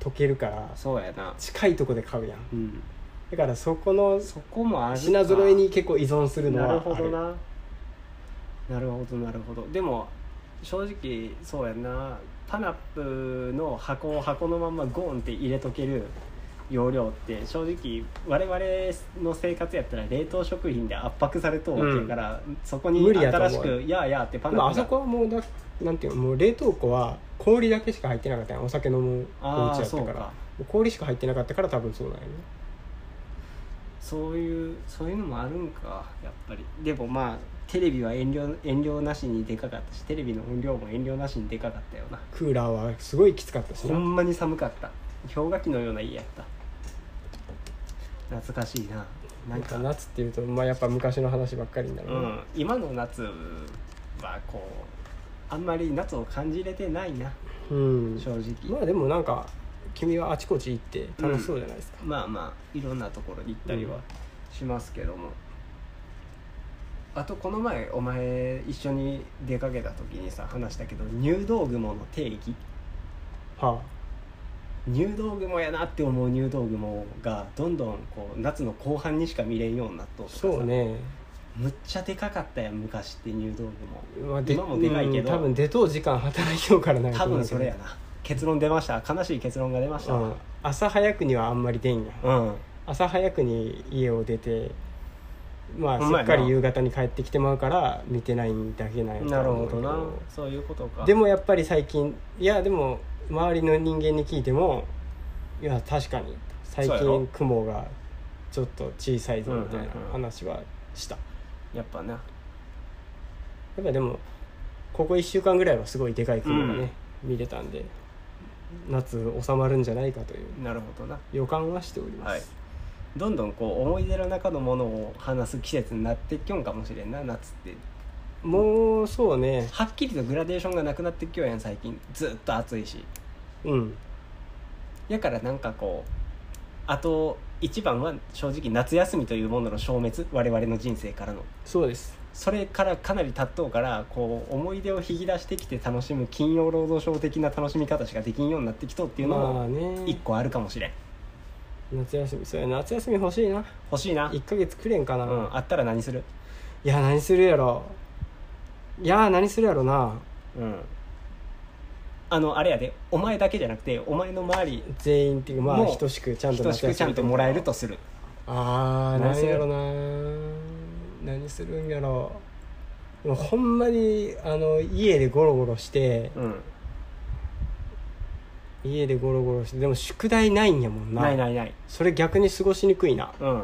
Speaker 1: 溶けるから
Speaker 2: そうやな
Speaker 1: 近いとこで買うやん
Speaker 2: うん
Speaker 1: だからそこの
Speaker 2: そこもあるか
Speaker 1: 品揃えに結構依存するのは
Speaker 2: な
Speaker 1: あ
Speaker 2: る
Speaker 1: る
Speaker 2: ほどななるほどなるほどでも正直そうやなパナップの箱を箱のまんまゴーンって入れとける容量って正直我々の生活やったら冷凍食品で圧迫されとうわけやから、そこに
Speaker 1: 無理やと思う
Speaker 2: 新しく「やあやあ」ってパ
Speaker 1: でも
Speaker 2: ナ
Speaker 1: あ
Speaker 2: ップ
Speaker 1: そこはもうだなんていうのもう冷凍庫は氷だけしか入ってなかったやんお酒飲むお
Speaker 2: あ
Speaker 1: 家や
Speaker 2: あ
Speaker 1: った
Speaker 2: そう
Speaker 1: から
Speaker 2: か
Speaker 1: もう氷しか入ってなかったから多分そうなんやね
Speaker 2: そういうそういうのもあるんかやっぱりでもまあテレビは遠慮遠慮なしにでかかったしテレビの音量も遠慮なしにでかかったよな
Speaker 1: クーラーはすごいきつかったし
Speaker 2: ほ
Speaker 1: なん
Speaker 2: まに寒かった氷河期のような家やった懐かしいなな
Speaker 1: なんん
Speaker 2: か
Speaker 1: か夏っていうと、まあ、やっぱ昔の話ばっかりになる
Speaker 2: う
Speaker 1: な、
Speaker 2: ん、今の夏はこうあんまり夏を感じれてないな
Speaker 1: うん
Speaker 2: 正直、
Speaker 1: まあでもなんか君はあちこち行って楽しそうじゃないですか、
Speaker 2: まあまあいろんなところに行ったりはしますけども、あとこの前お前一緒に出かけた時にさ話したけど入道雲の定義
Speaker 1: は
Speaker 2: 入道雲やなって思う入道雲がどんどんこう夏の後半にしか見れんようになっとう
Speaker 1: あ
Speaker 2: とかさ
Speaker 1: そうね、
Speaker 2: むっちゃでかかったやん昔って入道
Speaker 1: まあ、
Speaker 2: 今もでかいけど
Speaker 1: うん多分出とう時間働きようからな
Speaker 2: 雲
Speaker 1: い
Speaker 2: 多
Speaker 1: と思う
Speaker 2: 分
Speaker 1: けど
Speaker 2: それやな結論出ました悲しい結論が出ました
Speaker 1: う
Speaker 2: わ
Speaker 1: ん、朝早くにはあんまり出んやん
Speaker 2: うん、
Speaker 1: 朝早くに家を出てまあ
Speaker 2: ほんま
Speaker 1: す
Speaker 2: や
Speaker 1: っ
Speaker 2: な
Speaker 1: かり夕方に帰ってきてまうから見てないだけなんやと
Speaker 2: なる
Speaker 1: 思
Speaker 2: ほ
Speaker 1: うけ
Speaker 2: どなそういうことか
Speaker 1: でもやっぱり最近いやでも周りの人間に聞いてもいや確かに最
Speaker 2: そうやろ
Speaker 1: 近雲がちょっと小さいぞみたいな
Speaker 2: うんうんうん
Speaker 1: 話はした、
Speaker 2: やっぱな
Speaker 1: やっぱでもここ1週間ぐらいはすごいでかい雲がね、見れたんで夏収まるんじゃないかという
Speaker 2: なるほどな
Speaker 1: 予感はしております、
Speaker 2: はいどんどんこう思い出の中のものを話す季節になってきょんかもしれんな夏って
Speaker 1: もうそうね
Speaker 2: はっきりとグラデーションがなくなってきょうやん最近ずっと暑いし
Speaker 1: うん
Speaker 2: やからなんかこうあと一番は正直夏休みというものの消滅我々の人生からの
Speaker 1: そうです
Speaker 2: それからかなり経っとうからこう思い出を引き出してきて楽しむ金曜労働省的な楽しみ方しかできんようになってきとうっていうの
Speaker 1: まあ
Speaker 2: も
Speaker 1: ね
Speaker 2: 一個あるかもしれん
Speaker 1: 夏休みそうや夏休み欲しいな
Speaker 2: 欲しいな、
Speaker 1: 1ヶ月くれんか
Speaker 2: う
Speaker 1: な、い
Speaker 2: ん、あったら何する
Speaker 1: や何するやろいや何するやろな
Speaker 2: うんあのあれやでお前だけじゃなくてお前の周り
Speaker 1: 全員っていうかまあ
Speaker 2: もう
Speaker 1: 等しくちゃんと
Speaker 2: 等しくちゃんともらえるとする
Speaker 1: ああ
Speaker 2: 何す
Speaker 1: 何
Speaker 2: る
Speaker 1: やろな何するんやろでもほんまにあの家でゴロゴロして
Speaker 2: うん
Speaker 1: 家でゴロゴロしてでも宿題ないんやもんな
Speaker 2: ないないない
Speaker 1: それ逆に過ごしにくいな
Speaker 2: うん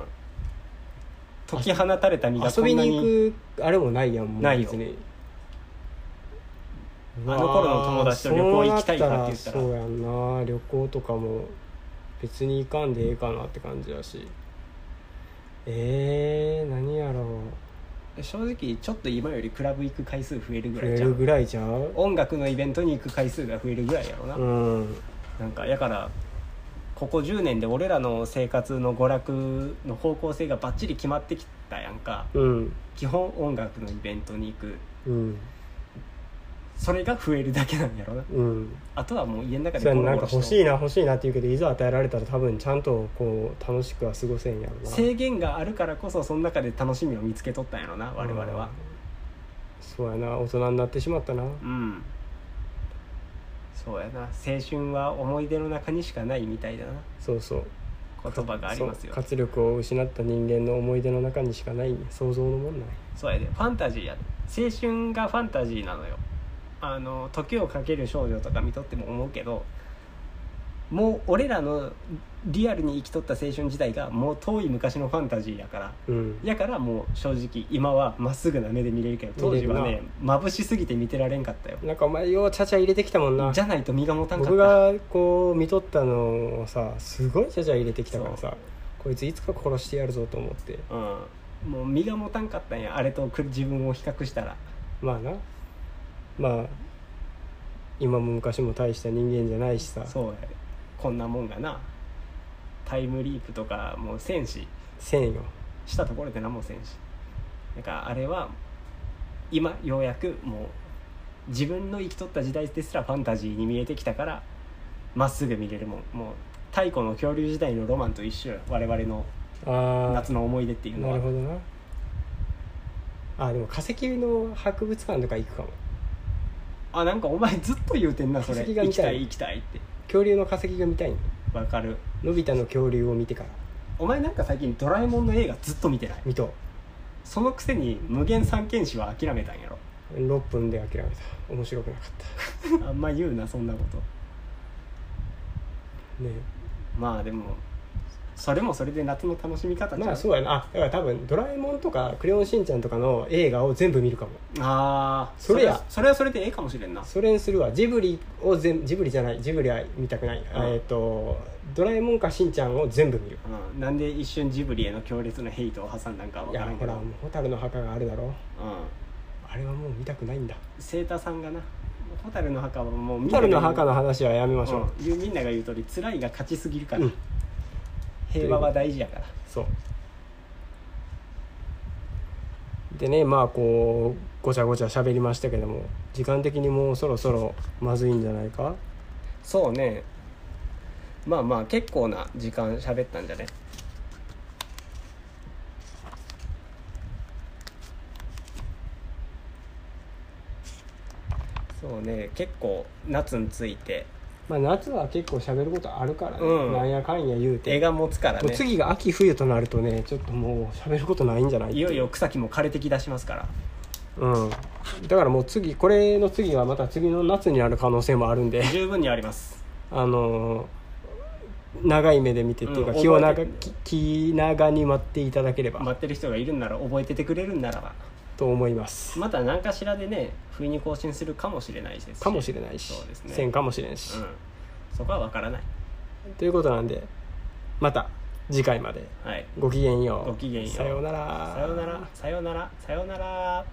Speaker 2: 解き放たれた身が
Speaker 1: 遊
Speaker 2: こん
Speaker 1: び
Speaker 2: な
Speaker 1: に
Speaker 2: に
Speaker 1: 行くあれもないやんもう
Speaker 2: ないよ
Speaker 1: 別に
Speaker 2: あの頃の友達と旅行行きたいかって言ったら
Speaker 1: そうなったらそうやんな旅行とかも別に行かんでええかなって感じだしえー、何やろう
Speaker 2: 正直ちょっと今よりクラブ行く回数増えるぐ
Speaker 1: 増
Speaker 2: らい
Speaker 1: え
Speaker 2: じゃ
Speaker 1: る
Speaker 2: ん
Speaker 1: ぐらいじゃう
Speaker 2: 音楽のイベントに行く回数が増えるぐらいやろな、
Speaker 1: うん
Speaker 2: なんかやからここ10年で俺らの生活の娯楽の方向性がバッチリ決まってきたやんか
Speaker 1: うん
Speaker 2: 基本音楽のイベントに行く
Speaker 1: うん
Speaker 2: それが増えるだけなんやろな
Speaker 1: うん
Speaker 2: あとはもう家の中
Speaker 1: そ
Speaker 2: で
Speaker 1: うや
Speaker 2: ゴ
Speaker 1: んな
Speaker 2: ロ
Speaker 1: ん
Speaker 2: ゴ
Speaker 1: か
Speaker 2: ロ
Speaker 1: 欲
Speaker 2: し
Speaker 1: しい
Speaker 2: て
Speaker 1: な欲しいなって言うけどいざ与えられたら多分ちゃんとこう楽しくは過ごせんやろな
Speaker 2: 制限があるからこそその中で楽しみを見つけとったんやろな我々は
Speaker 1: そうやな大人になってしまったな
Speaker 2: うん、そうやな青春は思い出の中にしかないみたいだな
Speaker 1: そうそう
Speaker 2: 言葉があります
Speaker 1: そう
Speaker 2: よ
Speaker 1: 活力を失った人間の思い出の中にしかないね想像のもんない
Speaker 2: そうやでファンタジーやで青春がファンタジーなのよあの時をかける少女とか見とっても思うけどもう俺らのリアルに生きとった青春時代がもう遠い昔のファンタジーやから
Speaker 1: うん
Speaker 2: やからもう正直今はまっすぐな目で見れるけど当時は
Speaker 1: 見れ
Speaker 2: ね
Speaker 1: る
Speaker 2: 眩しすぎて見てられんかったよ
Speaker 1: なんかお前ようちゃちゃ入れてきたもんな
Speaker 2: じゃないと身が持たんか
Speaker 1: 僕
Speaker 2: った
Speaker 1: がこう見とったのをさすごいちゃちゃ入れてきたからさこいついつか殺してやるぞと思って
Speaker 2: うんもう身が持たんかったんやあれとく自分を比較したら
Speaker 1: まあなまあ今も昔も大した人間じゃないしさ
Speaker 2: そうやでこんなもんがなタイムリープとかもうせんし
Speaker 1: せんよ
Speaker 2: したところで何もせんしなんかあれは今ようやくもう自分の生きとった時代ですらファンタジーに見えてきたからまっすぐ見れるもんもう太古の恐竜時代のロマンと一緒よ我々の
Speaker 1: あ
Speaker 2: 夏の思い出ってい
Speaker 1: あ
Speaker 2: うの
Speaker 1: な
Speaker 2: は
Speaker 1: るほどなあでも化石の博物館とか行くかも
Speaker 2: あなんかお前ずっと言うてんなそれ
Speaker 1: 化石が
Speaker 2: 行
Speaker 1: 見
Speaker 2: きた
Speaker 1: た
Speaker 2: い
Speaker 1: い
Speaker 2: 行きたいって
Speaker 1: 恐竜の化石が見たいの
Speaker 2: わかる
Speaker 1: のび太の恐竜を見てから
Speaker 2: お前なんか最近ドラえもんの映画ずっと見てない
Speaker 1: 見と
Speaker 2: そのくせに無限三剣士は諦めた んやろ
Speaker 1: 6分で諦めた面白くなかった
Speaker 2: あんま言うなそんなこと
Speaker 1: ね
Speaker 2: まあでもそれもそれで夏の楽しみ方ちゃう、
Speaker 1: まあそうやなあだから多分「ドラえもん」とか「クレヨンしんちゃん」とかの映画を全部見るかも
Speaker 2: ああ
Speaker 1: それや
Speaker 2: そそれはそれでええかもしれんな
Speaker 1: それにするわジブリを全ジブリじゃないジブリは見たくない、
Speaker 2: うん
Speaker 1: えっ、と「ドラえもん」か「しんちゃん」を全部見る
Speaker 2: うん、なんで一瞬ジブリへの強烈なヘイトを挟んだんかはい分か
Speaker 1: や
Speaker 2: らんけ
Speaker 1: ほ
Speaker 2: ど
Speaker 1: らもう蛍の墓があるだろ
Speaker 2: うん
Speaker 1: あれはもう見たくないんだ
Speaker 2: セータさんがな「蛍の墓」はもうみんなが
Speaker 1: 蛍
Speaker 2: 言
Speaker 1: の
Speaker 2: う
Speaker 1: 墓の話はやめましょう、
Speaker 2: うん言うみんなが言う通り辛いが勝ちすぎるから、
Speaker 1: うん
Speaker 2: 平和は大事やから
Speaker 1: そうでねまあこうごちゃごちゃ喋りましたけども時間的にもうそろそろまずいんじゃないか
Speaker 2: そうねまあまあ結構な時間喋ったんじゃねそうね結構夏について
Speaker 1: まあ夏は結構喋ることあるからね、
Speaker 2: うん
Speaker 1: なんやかんや言う
Speaker 2: 手
Speaker 1: て
Speaker 2: が持つから
Speaker 1: もう
Speaker 2: ね
Speaker 1: 次が秋冬となるとねちょっともう喋ることないんじゃない
Speaker 2: いよいよ草木も枯れてきだしますから
Speaker 1: うんだからもう次これの次はまた次の夏になる可能性もあるんで
Speaker 2: 十分にあ ります
Speaker 1: あのー長い目で見てっていうか、
Speaker 2: うん
Speaker 1: 気を
Speaker 2: 覚
Speaker 1: 長
Speaker 2: えて
Speaker 1: き気長に待っていただければ
Speaker 2: 待ってる人がいるんなら覚えててくれるんならば
Speaker 1: と思います
Speaker 2: また何かしらでね不意に更新するかもしれないですし
Speaker 1: かもしれないし、
Speaker 2: そうですね
Speaker 1: せんかもしれんし、
Speaker 2: うん、そこは分からない
Speaker 1: ということなんでまた次回まで
Speaker 2: はい
Speaker 1: ごきげんよう
Speaker 2: ごきげんよう
Speaker 1: さようなら
Speaker 2: さようならさようならさようなら